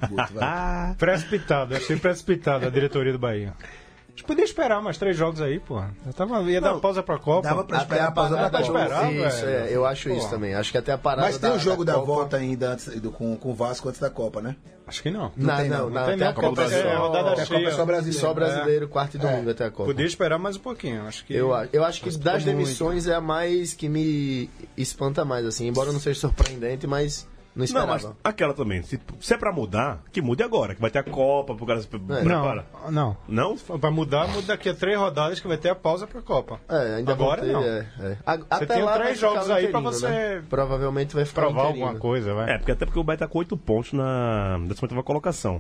[SPEAKER 4] Guto, vai.
[SPEAKER 5] Precipitado, achei precipitado a diretoria do Bahia. A gente podia esperar mais três jogos aí, porra. Eu tava, ia dar pausa pra Copa.
[SPEAKER 4] Dava pra
[SPEAKER 6] Até
[SPEAKER 4] esperar a
[SPEAKER 6] a
[SPEAKER 4] pausa
[SPEAKER 6] parada
[SPEAKER 4] da
[SPEAKER 5] dá pra
[SPEAKER 4] Copa.
[SPEAKER 5] esperar,
[SPEAKER 6] Isso,
[SPEAKER 5] velho.
[SPEAKER 6] é, eu acho isso
[SPEAKER 5] Porra.
[SPEAKER 6] também. Acho que até a parada
[SPEAKER 4] Mas tem o jogo da,
[SPEAKER 6] Copa-
[SPEAKER 4] volta ainda antes, do, com, com o Vasco antes da Copa, né?
[SPEAKER 5] Acho que não.
[SPEAKER 6] Não,
[SPEAKER 4] tem,
[SPEAKER 6] não,
[SPEAKER 4] não.
[SPEAKER 6] não.
[SPEAKER 4] Não
[SPEAKER 5] tem
[SPEAKER 6] até a
[SPEAKER 5] não, porque
[SPEAKER 6] Copa
[SPEAKER 5] é
[SPEAKER 6] só-
[SPEAKER 5] rodada
[SPEAKER 6] até a Copa
[SPEAKER 5] cheia.
[SPEAKER 6] só brasileiro. Só
[SPEAKER 4] É.
[SPEAKER 6] brasileiro, quarto e domingo até a Copa.
[SPEAKER 5] Podia esperar mais um pouquinho. Acho que.
[SPEAKER 6] Eu, a- eu acho que das
[SPEAKER 4] muito.
[SPEAKER 6] demissões é a mais que me espanta mais, assim. Embora não seja surpreendente, mas não
[SPEAKER 2] Não,
[SPEAKER 6] esperava.
[SPEAKER 2] mas aquela também. Se, se é pra mudar, que mude agora. Que vai ter a Copa pro cara se pre-
[SPEAKER 5] Não,
[SPEAKER 2] prepara.
[SPEAKER 5] não.
[SPEAKER 2] Não?
[SPEAKER 5] Pra mudar, muda daqui a três rodadas que vai ter a pausa pra Copa.
[SPEAKER 6] É, ainda
[SPEAKER 5] Agora
[SPEAKER 6] vão ter,
[SPEAKER 5] não.
[SPEAKER 6] é, é. A- Até
[SPEAKER 5] tem
[SPEAKER 6] lá
[SPEAKER 5] três
[SPEAKER 6] vai ficar
[SPEAKER 5] jogos
[SPEAKER 6] no
[SPEAKER 5] aí pra
[SPEAKER 6] interino,
[SPEAKER 5] você
[SPEAKER 6] né? Provavelmente vai ficar no
[SPEAKER 5] Provar
[SPEAKER 6] interino.
[SPEAKER 5] alguma coisa, vai.
[SPEAKER 2] É, porque até porque o Bahia tá com 8 pontos na 18 colocação.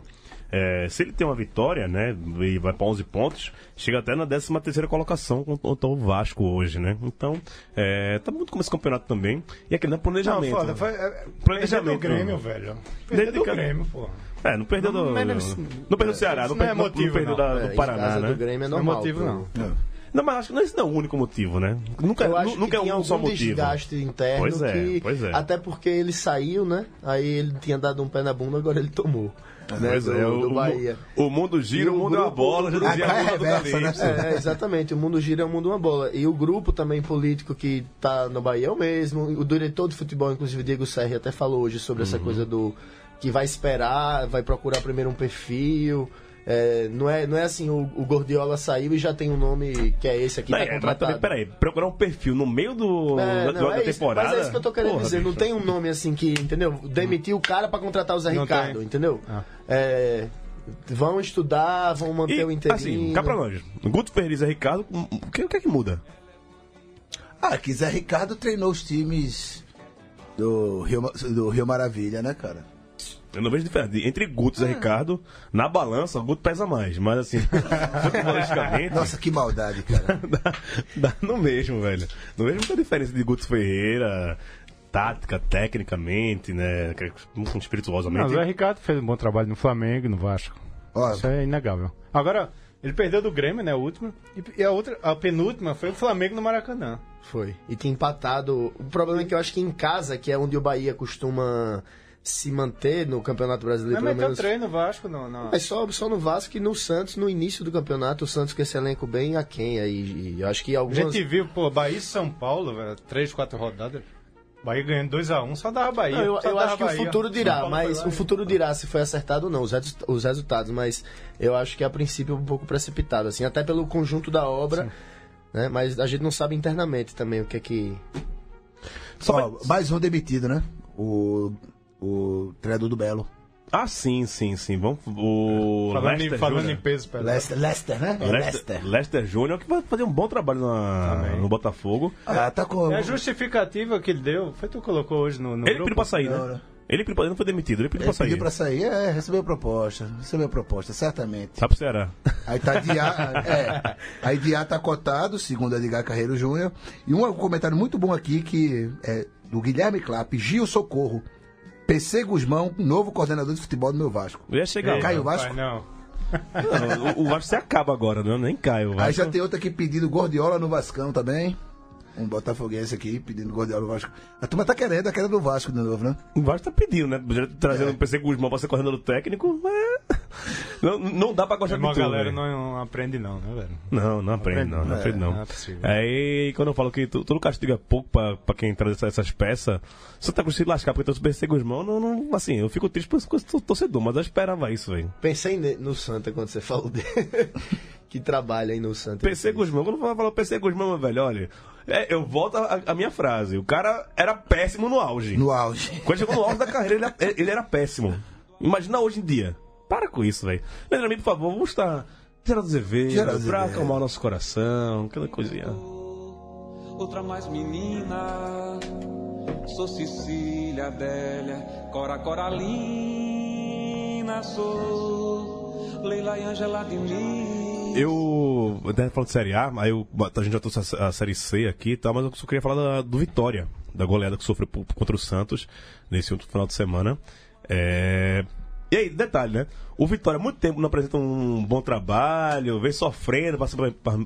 [SPEAKER 2] É, se ele tem uma vitória, né, e vai pra 11 pontos, chega até na 13 colocação com o- o Vasco hoje, né? Então, é, tá muito como esse campeonato também. E aquele né,
[SPEAKER 5] Não,
[SPEAKER 2] planejamento.
[SPEAKER 5] foda.
[SPEAKER 2] né?
[SPEAKER 5] Foi, é,
[SPEAKER 2] Planejamento,
[SPEAKER 5] perder do Grêmio,
[SPEAKER 2] mano.
[SPEAKER 5] velho.
[SPEAKER 2] Dentro
[SPEAKER 5] Perder do
[SPEAKER 2] do Grêmio.
[SPEAKER 5] Grêmio, porra.
[SPEAKER 2] É, não perdeu do,
[SPEAKER 5] Não, mas não-
[SPEAKER 2] não perdeu do Ceará,
[SPEAKER 5] isso
[SPEAKER 2] não,
[SPEAKER 5] não é
[SPEAKER 2] perdeu- não
[SPEAKER 5] motivo,
[SPEAKER 2] perdeu
[SPEAKER 5] não.
[SPEAKER 2] da-
[SPEAKER 6] É,
[SPEAKER 2] do
[SPEAKER 6] em
[SPEAKER 2] Paraná,
[SPEAKER 6] casa
[SPEAKER 2] né?
[SPEAKER 6] do Grêmio é
[SPEAKER 5] Não é
[SPEAKER 6] normal.
[SPEAKER 5] motivo,
[SPEAKER 6] pô.
[SPEAKER 5] não.
[SPEAKER 2] Não, mas acho que não- esse não é o único motivo, né? Nunca,
[SPEAKER 6] Eu acho
[SPEAKER 2] nu- nunca
[SPEAKER 6] que
[SPEAKER 2] é
[SPEAKER 6] tinha
[SPEAKER 2] um
[SPEAKER 6] algum
[SPEAKER 2] só motivo.
[SPEAKER 6] desgaste interno
[SPEAKER 2] Pois é,
[SPEAKER 6] que...
[SPEAKER 2] pois é.
[SPEAKER 6] Até porque ele saiu, né? Aí ele tinha dado um pé na bunda, agora ele tomou. Né?
[SPEAKER 2] Pois
[SPEAKER 6] do,
[SPEAKER 2] é, o,
[SPEAKER 6] do Bahia.
[SPEAKER 2] o mundo gira,
[SPEAKER 6] E
[SPEAKER 2] o
[SPEAKER 6] o
[SPEAKER 2] mundo é uma
[SPEAKER 6] grupo-
[SPEAKER 2] bola, já
[SPEAKER 6] o
[SPEAKER 2] dizia
[SPEAKER 4] grupo-
[SPEAKER 2] a música do
[SPEAKER 4] reversa,
[SPEAKER 2] Dalí.
[SPEAKER 4] né?
[SPEAKER 6] É, exatamente. O mundo gira, o mundo é uma bola. E o grupo também político que tá no Bahia é o mesmo. O diretor de futebol, inclusive, Diego Serri, até falou hoje sobre
[SPEAKER 2] Uhum.
[SPEAKER 6] essa coisa do... Que vai esperar, vai procurar primeiro um perfil... É, não, é, não é assim, o, o Gordiola saiu e já tem um nome que é esse aqui,
[SPEAKER 2] Não,
[SPEAKER 6] tá
[SPEAKER 2] é, mas
[SPEAKER 6] contratado.
[SPEAKER 2] também, peraí, procurar um perfil no meio do,
[SPEAKER 6] É,
[SPEAKER 2] da,
[SPEAKER 6] não,
[SPEAKER 2] da
[SPEAKER 6] é isso.
[SPEAKER 2] temporada.
[SPEAKER 6] Mas é isso que eu tô querendo
[SPEAKER 2] Porra,
[SPEAKER 6] dizer. Não
[SPEAKER 2] bicho.
[SPEAKER 6] tem um nome assim que, entendeu? Demitir o cara pra contratar o Zé
[SPEAKER 5] Não
[SPEAKER 6] Ricardo,
[SPEAKER 5] tem.
[SPEAKER 6] entendeu?
[SPEAKER 5] Ah.
[SPEAKER 6] É, vão estudar, vão manter o
[SPEAKER 2] E,
[SPEAKER 6] um interino.
[SPEAKER 2] assim, cá pra nós. Guto Feliz e Ricardo, o que, o que é que muda?
[SPEAKER 4] Ah, que Zé Ricardo treinou os times do Rio, Ma- do Rio Maravilha, né, cara?
[SPEAKER 2] Eu não vejo diferença. Entre Guto e
[SPEAKER 6] Ah.
[SPEAKER 2] Zé Ricardo, na balança, o Guto pesa mais. Mas assim, futebolisticamente,
[SPEAKER 4] Nossa, que maldade, cara.
[SPEAKER 2] dá, dá no mesmo, velho. Não vejo muita diferença de Guto Ferreira, tática, tecnicamente, né? que-
[SPEAKER 5] Não, o
[SPEAKER 2] Espirituosamente.
[SPEAKER 5] Zé Ricardo fez um bom trabalho no Flamengo e no Vasco.
[SPEAKER 4] Ó,
[SPEAKER 5] Isso é inegável. Agora, ele perdeu do Grêmio, né? A última. E- E a outra, a penúltima foi o Flamengo no Maracanã.
[SPEAKER 6] Foi. E tem empatado. O problema é que eu acho que em casa, que é onde o Bahia costuma se manter no Campeonato Brasileiro,
[SPEAKER 5] Mas
[SPEAKER 6] pelo
[SPEAKER 5] meteu
[SPEAKER 6] menos.
[SPEAKER 5] três no Vasco, não. não.
[SPEAKER 6] Mas só, só no Vasco e no Santos, no início do campeonato, o Santos com esse elenco bem aquém aí. E eu acho que
[SPEAKER 5] A
[SPEAKER 6] algumas...
[SPEAKER 5] gente viu, pô, Bahia e São Paulo, velho, três, quatro rodadas. Bahia ganhando 2x1, só dava Bahia.
[SPEAKER 6] Não, eu
[SPEAKER 5] só
[SPEAKER 6] eu
[SPEAKER 5] dava
[SPEAKER 6] acho que o
[SPEAKER 5] Bahia.
[SPEAKER 6] futuro
[SPEAKER 5] São
[SPEAKER 6] dirá,
[SPEAKER 5] Paulo
[SPEAKER 6] mas
[SPEAKER 5] foi lá
[SPEAKER 6] o
[SPEAKER 5] e-
[SPEAKER 6] futuro dirá se foi acertado ou não, os, resu- os resultados, mas eu acho que a princípio é um pouco precipitado, assim, até pelo conjunto da obra, né? Mas a gente não sabe internamente também o que é que.
[SPEAKER 2] Só
[SPEAKER 4] ó,
[SPEAKER 2] pra-
[SPEAKER 4] mais um demitido, né? O, o treinador do Belo.
[SPEAKER 2] Ah, sim, sim, sim. Vamos. O
[SPEAKER 5] Falando, em,
[SPEAKER 2] Leicester
[SPEAKER 5] falando
[SPEAKER 2] Júnior.
[SPEAKER 5] em peso, perdão.
[SPEAKER 4] Lester, Lester né? É
[SPEAKER 2] Lester,
[SPEAKER 4] Lester.
[SPEAKER 2] Lester Júnior, que vai fazer um bom trabalho na,
[SPEAKER 5] Também.
[SPEAKER 2] no Botafogo.
[SPEAKER 4] Ah, tá com...
[SPEAKER 5] É a justificativa que ele deu, foi tu que colocou hoje no, no
[SPEAKER 2] Ele
[SPEAKER 5] grupo.
[SPEAKER 2] pediu pra sair, né?
[SPEAKER 4] Não, não.
[SPEAKER 2] Ele pediu pra ele não foi demitido, ele pediu
[SPEAKER 4] Ele
[SPEAKER 2] pra sair.
[SPEAKER 4] pediu pra sair, é, recebeu proposta, recebeu proposta, certamente.
[SPEAKER 2] Sabe pro Ceará.
[SPEAKER 4] Aí tá Diá, é. Aí Diá tá cotado, segundo Edgar Carreiro Júnior. E um comentário muito bom aqui que é do Guilherme Clapp, Gil Socorro, PC Guzmão, novo coordenador de futebol do meu Vasco.
[SPEAKER 2] Eu ia chegar lá.
[SPEAKER 5] Ei,
[SPEAKER 4] Caio
[SPEAKER 5] rapaz,
[SPEAKER 4] Vasco?
[SPEAKER 5] Não.
[SPEAKER 2] Não, o, o Vasco se acaba agora, né? Nem cai o Vasco.
[SPEAKER 4] Aí já tem outro aqui pedindo Gordiola no Vascão também. Um botafoguense aqui pedindo Gordiola no Vasco. A turma tá querendo a queda do Vasco de novo, né?
[SPEAKER 2] O Vasco tá pedindo, né? Já Trazendo o PC Guzmão pra ser correndo do técnico. é. Não, não dá pra gostar de
[SPEAKER 5] É Uma
[SPEAKER 2] tudo.
[SPEAKER 5] galera
[SPEAKER 2] velho.
[SPEAKER 5] não aprende, não, né, velho?
[SPEAKER 2] Não, não aprende, não, não
[SPEAKER 5] É,
[SPEAKER 2] aprende,
[SPEAKER 5] não
[SPEAKER 2] não.
[SPEAKER 5] é possível.
[SPEAKER 2] Aí, quando eu falo que tu, todo castigo é pouco pra, pra quem traz essa- essas peças, só tá conseguindo lascar, porque trouxe o PC Guzmão, não, não, assim, eu fico triste por esse coisa do torcedor, mas eu esperava isso, velho.
[SPEAKER 6] Pensei ne- no Santa quando você falou dele. que trabalha aí no Santa.
[SPEAKER 2] PC Guzmão, quando eu falo- falo PC Guzmão, meu velho, olha, é, eu volto à à minha frase, o cara era péssimo no auge.
[SPEAKER 4] No auge.
[SPEAKER 2] Quando chegou no auge da carreira, ele era, ele era péssimo. Imagina hoje em dia. Para com isso, velho. Leandro, por favor, vamos estar. Geraldo Azevedo,
[SPEAKER 4] Geraldo
[SPEAKER 2] pra
[SPEAKER 4] Azevedo.
[SPEAKER 2] acalmar o nosso coração, aquela coisinha.
[SPEAKER 3] outra mais menina. Sou Cecília Adélia, Cora Coralina, sou Leila e Angela de mim.
[SPEAKER 2] Eu. Até falando de Série A, mas eu, a gente já trouxe a, a Série C aqui e tal, mas eu só queria falar da- do Vitória. da goleada que sofreu por- contra o Santos nesse outro final de semana. É, E aí, detalhe, né? O Vitória há muito tempo não apresenta um bom trabalho, vem sofrendo para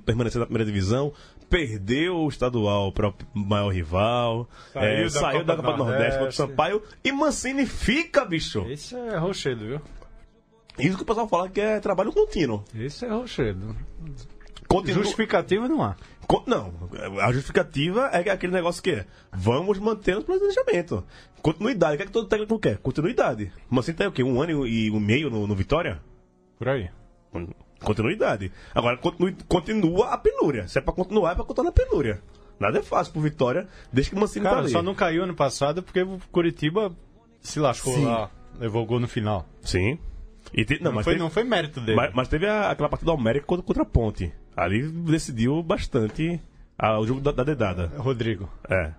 [SPEAKER 2] permanecer na primeira divisão, perdeu o estadual para o maior rival,
[SPEAKER 5] Saiu
[SPEAKER 2] é,
[SPEAKER 5] da
[SPEAKER 2] saiu da Copa do Nordeste contra o
[SPEAKER 5] Nordeste.
[SPEAKER 2] Sampaio e Mancini fica, bicho.
[SPEAKER 5] Esse é rochedo, viu?
[SPEAKER 2] Isso que o pessoal fala que é trabalho contínuo.
[SPEAKER 5] Esse é rochedo.
[SPEAKER 2] Continua-
[SPEAKER 5] Justificativa não há.
[SPEAKER 2] Co- Não, a justificativa é aquele negócio que é vamos manter o planejamento. Continuidade, o que é que todo técnico quer? Continuidade. Mancini tem o quê? Um ano e um meio no, no Vitória?
[SPEAKER 5] Por aí.
[SPEAKER 2] Continuidade. Agora, continui- continua a penúria. Se é pra continuar, é pra continuar na penúria. Nada é fácil pro Vitória, desde que o Mancini tá
[SPEAKER 5] Cara,
[SPEAKER 2] ali.
[SPEAKER 5] só não caiu ano passado porque o Curitiba se lascou
[SPEAKER 4] Sim.
[SPEAKER 5] lá. Levou o gol no final.
[SPEAKER 2] Sim. E te- Não,
[SPEAKER 5] Não,
[SPEAKER 2] mas,
[SPEAKER 5] foi,
[SPEAKER 2] teve...
[SPEAKER 5] não foi mérito dele.
[SPEAKER 2] mas- mas teve a- aquela partida do América contra, contra a Ponte. Ali decidiu bastante a- o jogo da, da dedada.
[SPEAKER 5] Rodrigo.
[SPEAKER 2] É.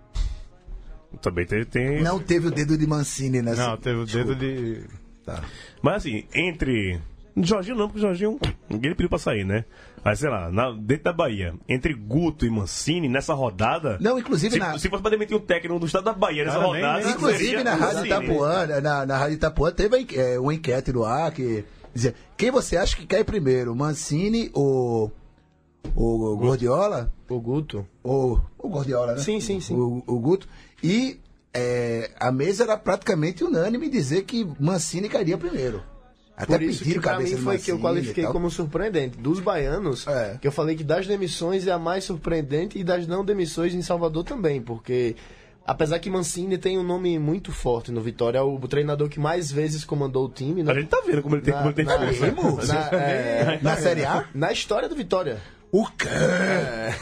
[SPEAKER 2] Também tem. tem...
[SPEAKER 4] Não teve o dedo de Mancini nessa.
[SPEAKER 5] Não, teve o dedo de.
[SPEAKER 2] Mas assim, entre. Jorginho não, porque o Jorginho. Ele pediu pra sair, né? Mas sei lá, na- dentro da Bahia, entre Guto e Mancini, nessa rodada.
[SPEAKER 4] Não, inclusive
[SPEAKER 2] se,
[SPEAKER 4] na-
[SPEAKER 2] se fosse pra demitir um técnico do estado da Bahia nessa
[SPEAKER 5] Cara, nem-
[SPEAKER 2] rodada.
[SPEAKER 5] nem-
[SPEAKER 4] Inclusive
[SPEAKER 2] seria
[SPEAKER 4] na Rádio
[SPEAKER 2] Mancini.
[SPEAKER 4] Itapuã, né, na, na Rádio Itapuã teve a enque- é, uma enquete do ar que dizia quem você acha que cai primeiro, Mancini ou o Gordiola?
[SPEAKER 6] O Guto.
[SPEAKER 4] Ou o Gordiola, né?
[SPEAKER 6] Sim, sim, sim.
[SPEAKER 4] O, o Guto. E é, a mesa era praticamente unânime em dizer que Mancini cairia primeiro. Até
[SPEAKER 6] Por isso que
[SPEAKER 4] pediram
[SPEAKER 6] pra mim
[SPEAKER 4] cabeça de
[SPEAKER 6] foi que eu
[SPEAKER 4] Mancini e
[SPEAKER 6] qualifiquei
[SPEAKER 4] tal.
[SPEAKER 6] como surpreendente. Dos baianos,
[SPEAKER 4] É.
[SPEAKER 6] que eu falei que das demissões é a mais surpreendente e das não demissões em Salvador também, porque apesar que Mancini tem um nome muito forte no Vitória, é o treinador que mais vezes comandou o time, né?
[SPEAKER 2] A gente tá vendo como ele tem, como ele tem força.
[SPEAKER 4] Remo?
[SPEAKER 6] na- é,
[SPEAKER 4] Na Série A?
[SPEAKER 6] na história do Vitória.
[SPEAKER 4] O quê? É.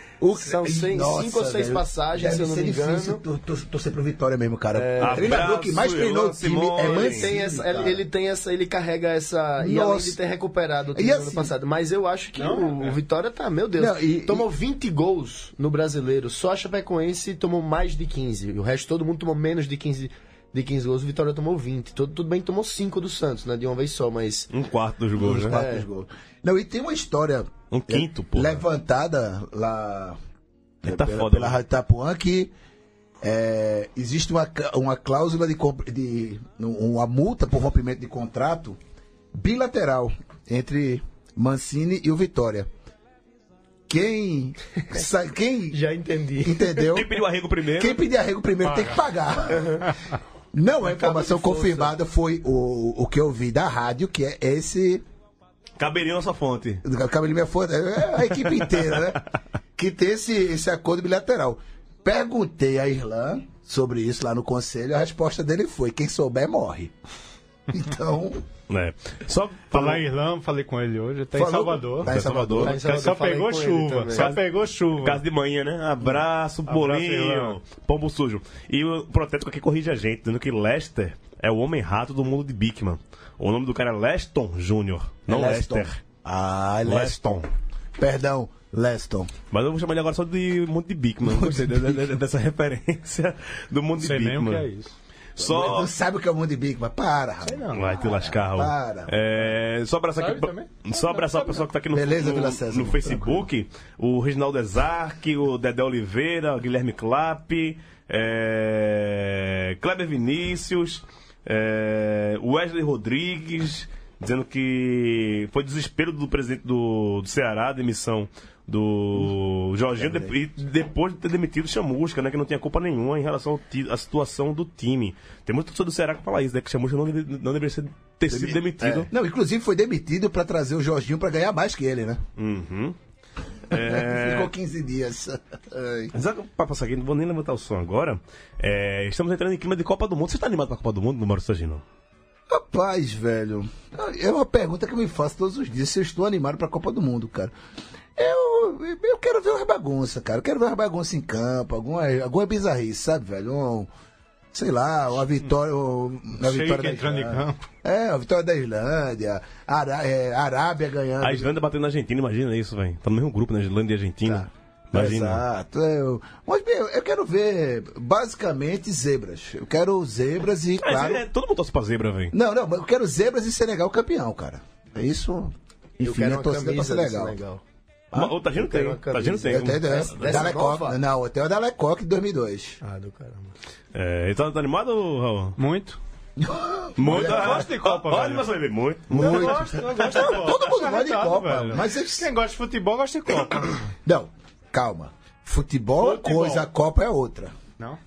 [SPEAKER 4] O quê?
[SPEAKER 6] São seis-
[SPEAKER 4] Nossa,
[SPEAKER 6] cinco ou seis
[SPEAKER 4] velho.
[SPEAKER 6] passagens, se eu não
[SPEAKER 4] ser
[SPEAKER 6] me
[SPEAKER 4] difícil
[SPEAKER 6] engano.
[SPEAKER 4] tor- tor- torcer pro Vitória mesmo, cara. O treinador
[SPEAKER 2] Abraço,
[SPEAKER 4] que mais treinou o
[SPEAKER 2] Elan
[SPEAKER 4] time
[SPEAKER 2] Simone.
[SPEAKER 4] é
[SPEAKER 6] Ele
[SPEAKER 4] Mancini.
[SPEAKER 6] tem, essa,
[SPEAKER 4] cara.
[SPEAKER 6] ele, ele tem essa, ele carrega essa. E além
[SPEAKER 4] Nossa.
[SPEAKER 6] de ter recuperado o
[SPEAKER 4] E
[SPEAKER 6] time do ano
[SPEAKER 4] assim-
[SPEAKER 6] passado. Mas eu acho que o, o Vitória tá, meu Deus.
[SPEAKER 4] Não, e-
[SPEAKER 6] tomou 20 gols no brasileiro. Só a Chapecoense tomou mais de 15. O resto todo mundo tomou menos de 15, de 15 gols. O Vitória tomou 20. Tudo, tudo bem que tomou 5 do Santos, né? De uma vez só, mas.
[SPEAKER 2] Um quarto dos gols,
[SPEAKER 4] Os
[SPEAKER 2] né?
[SPEAKER 6] É.
[SPEAKER 4] quatro gols. Não, e tem uma história
[SPEAKER 2] Um quinto, pô.
[SPEAKER 4] levantada lá
[SPEAKER 2] Ele tá
[SPEAKER 4] pela,
[SPEAKER 2] foda,
[SPEAKER 4] pela
[SPEAKER 2] né?
[SPEAKER 4] Rádio Itapuã que é, existe uma, clá- uma cláusula de, compra- de um- uma multa por rompimento de contrato bilateral entre Mancini e o Vitória. Quem, sa- quem
[SPEAKER 6] Já entendi.
[SPEAKER 4] entendeu?
[SPEAKER 2] Quem pediu arrego primeiro?
[SPEAKER 4] Quem pedir arrego primeiro tem que pagar. Não é informação confirmada, foi o, o que eu vi da rádio, que é esse.
[SPEAKER 2] Caberia nossa fonte.
[SPEAKER 4] Cabelinho minha foto, é a equipe inteira, né? Que tem esse, esse acordo bilateral. Perguntei a Irlan sobre isso lá no conselho, a resposta dele foi: quem souber morre. Então,
[SPEAKER 2] Né? Só
[SPEAKER 5] Falar em Irlanda, falei com ele hoje, tá em
[SPEAKER 4] falou-
[SPEAKER 5] Salvador.
[SPEAKER 4] Tá em Salvador.
[SPEAKER 6] Tá em
[SPEAKER 5] Só,
[SPEAKER 6] Salvador, falei
[SPEAKER 5] pegou
[SPEAKER 6] com ele
[SPEAKER 5] chuva,
[SPEAKER 6] também.
[SPEAKER 5] só pegou chuva.
[SPEAKER 2] Casa de manhã, né? Abraço, bolinho,
[SPEAKER 5] Irlan.
[SPEAKER 2] pombo sujo. E o Protético aqui corrige a gente, dizendo que Lester é o homem-rato do mundo de Bigman. O nome do cara é Leston Jr., não
[SPEAKER 4] É Leston.
[SPEAKER 2] Lester.
[SPEAKER 4] Ah, Leston.
[SPEAKER 2] Leston.
[SPEAKER 4] Perdão, Leston.
[SPEAKER 2] Mas eu vou chamar ele agora só de Mundo de Bigman. Gostei de- de- de- dessa referência do Mundo
[SPEAKER 5] Não
[SPEAKER 2] de
[SPEAKER 5] sei nem o que é
[SPEAKER 2] Bigman.
[SPEAKER 5] isso.
[SPEAKER 2] Só.
[SPEAKER 4] Não sabe o que é o mundo de Big, mas para, rapaz.
[SPEAKER 2] Vai te lascar, Raul.
[SPEAKER 4] Para.
[SPEAKER 2] É, só abraçar
[SPEAKER 5] Sabe
[SPEAKER 2] aqui,
[SPEAKER 5] também?
[SPEAKER 2] só abraçar o pessoal que tá aqui no,
[SPEAKER 4] Beleza,
[SPEAKER 2] no,
[SPEAKER 4] Vila César,
[SPEAKER 2] no Facebook, o Reginaldo Ezarque, o Dedé Oliveira, o Guilherme Clapp, é, Kleber Vinícius, é, Wesley Rodrigues, dizendo que foi desespero do presidente do, do Ceará, a demissão do Jorginho, de- e depois de ter demitido o Chamusca, né, que não tinha culpa nenhuma em relação ao ti- à situação do time. Tem muita pessoa do Ceará que fala isso, né, que o Chamusca não, deve- não deveria ser- ter sido demitido.
[SPEAKER 4] É. Não, inclusive foi demitido pra trazer o Jorginho pra ganhar mais que ele, né?
[SPEAKER 2] Uhum. É.
[SPEAKER 4] Ficou 15 dias. Ai.
[SPEAKER 2] Mas sabe, pra passar aqui, não vou nem levantar o som agora. É, estamos entrando em clima de Copa do Mundo. Você está animado pra Copa do Mundo, no Mauro Sagino?
[SPEAKER 4] Rapaz, velho, é uma pergunta que eu me faço todos os dias, se eu estou animado pra Copa do Mundo, cara. Eu, eu quero ver uma bagunça, cara. Eu quero ver uma bagunça em campo, alguma, alguma bizarrice, sabe, velho? Um, sei lá, uma vitória. um- Uma
[SPEAKER 5] Sheik
[SPEAKER 4] vitória da
[SPEAKER 5] entrando em
[SPEAKER 4] Islândia.
[SPEAKER 5] campo.
[SPEAKER 4] É, uma vitória da Islândia, Ará- é, Arábia ganhando.
[SPEAKER 2] A Islândia batendo na Argentina, imagina isso, velho. Tá no mesmo grupo, né? Islândia e Argentina. Imagina.
[SPEAKER 4] Exato. é, Eu, mas, meu, eu quero ver basicamente zebras. Eu quero zebras e,
[SPEAKER 2] É,
[SPEAKER 4] claro.
[SPEAKER 2] é, todo mundo torce pra zebra, velho.
[SPEAKER 4] Não, não, mas eu quero zebras e Senegal campeão, cara. É isso.
[SPEAKER 6] Eu
[SPEAKER 4] Enfim,
[SPEAKER 6] quero
[SPEAKER 4] a
[SPEAKER 6] uma
[SPEAKER 4] torcida pra
[SPEAKER 6] camisa
[SPEAKER 4] ser
[SPEAKER 6] desse
[SPEAKER 4] legal.
[SPEAKER 6] legal.
[SPEAKER 2] Ah, o Tagino tem.
[SPEAKER 6] Tem uma
[SPEAKER 2] Tagino tem.
[SPEAKER 4] Eu tenho ideia.
[SPEAKER 6] Dessa nova?
[SPEAKER 4] Dalecoque. Não, eu tenho a Dalecoque 2002.
[SPEAKER 6] Ah, do caramba.
[SPEAKER 2] É, então tá animado, Raul?
[SPEAKER 5] Muito.
[SPEAKER 2] Muito.
[SPEAKER 5] eu gosto de Copa,
[SPEAKER 2] Olha,
[SPEAKER 5] velho.
[SPEAKER 2] mas eu lembro muito.
[SPEAKER 5] Eu gosto, eu gosto de Copa.
[SPEAKER 4] todo mundo gosta de
[SPEAKER 5] Arretado,
[SPEAKER 4] Copa,
[SPEAKER 5] velho.
[SPEAKER 4] mas eles-
[SPEAKER 5] Quem gosta de futebol gosta de Copa.
[SPEAKER 4] Não, calma. Futebol é uma
[SPEAKER 2] Futebol.
[SPEAKER 4] coisa, a Copa é outra. É.
[SPEAKER 5] Não?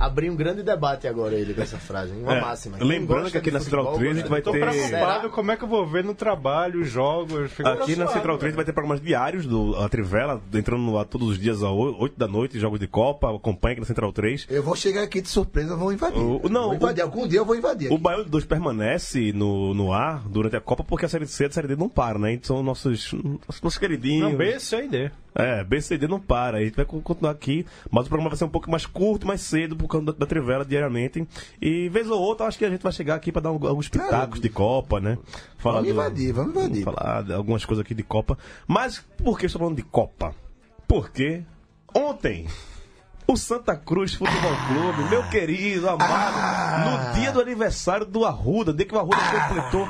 [SPEAKER 6] Abri um grande debate agora ele com essa frase. hein? Uma
[SPEAKER 2] É,
[SPEAKER 6] máxima.
[SPEAKER 2] lembrando que aqui na Central 13 a gente vai ter-
[SPEAKER 5] Preocupado como é que eu vou ver no trabalho, os jogos. fico
[SPEAKER 2] Aqui na
[SPEAKER 5] preocupado,
[SPEAKER 2] Central 3 vai ter programas diários do a Trivela, entrando no ar todos os dias às 8 da noite, jogos de Copa, acompanha aqui na Central 3.
[SPEAKER 4] Eu vou chegar aqui de surpresa, eu vou invadir.
[SPEAKER 2] O- o- não,
[SPEAKER 4] Vou invadir. Algum dia eu vou invadir.
[SPEAKER 2] O Baião de 2 permanece no, no ar durante a Copa porque a Série C e a Série D não param, né? Então, nossos, nossos queridinhos.
[SPEAKER 5] Não, B, C e D.
[SPEAKER 2] É, BCD não para. A gente vai co- continuar aqui, mas o programa vai ser um pouco mais curto, mais cedo, por causa da, da Trivela diariamente. E vez ou outra, acho que a gente vai chegar aqui pra dar um- alguns pitacos de Copa, né? Falar
[SPEAKER 4] Vamos invadir, vamos invadir.
[SPEAKER 2] Falar de algumas coisas aqui de Copa. Mas por que estou falando de Copa? Porque ontem. O Santa Cruz Futebol Clube, meu querido, amado, no dia do aniversário do Arruda, dia que o Arruda completou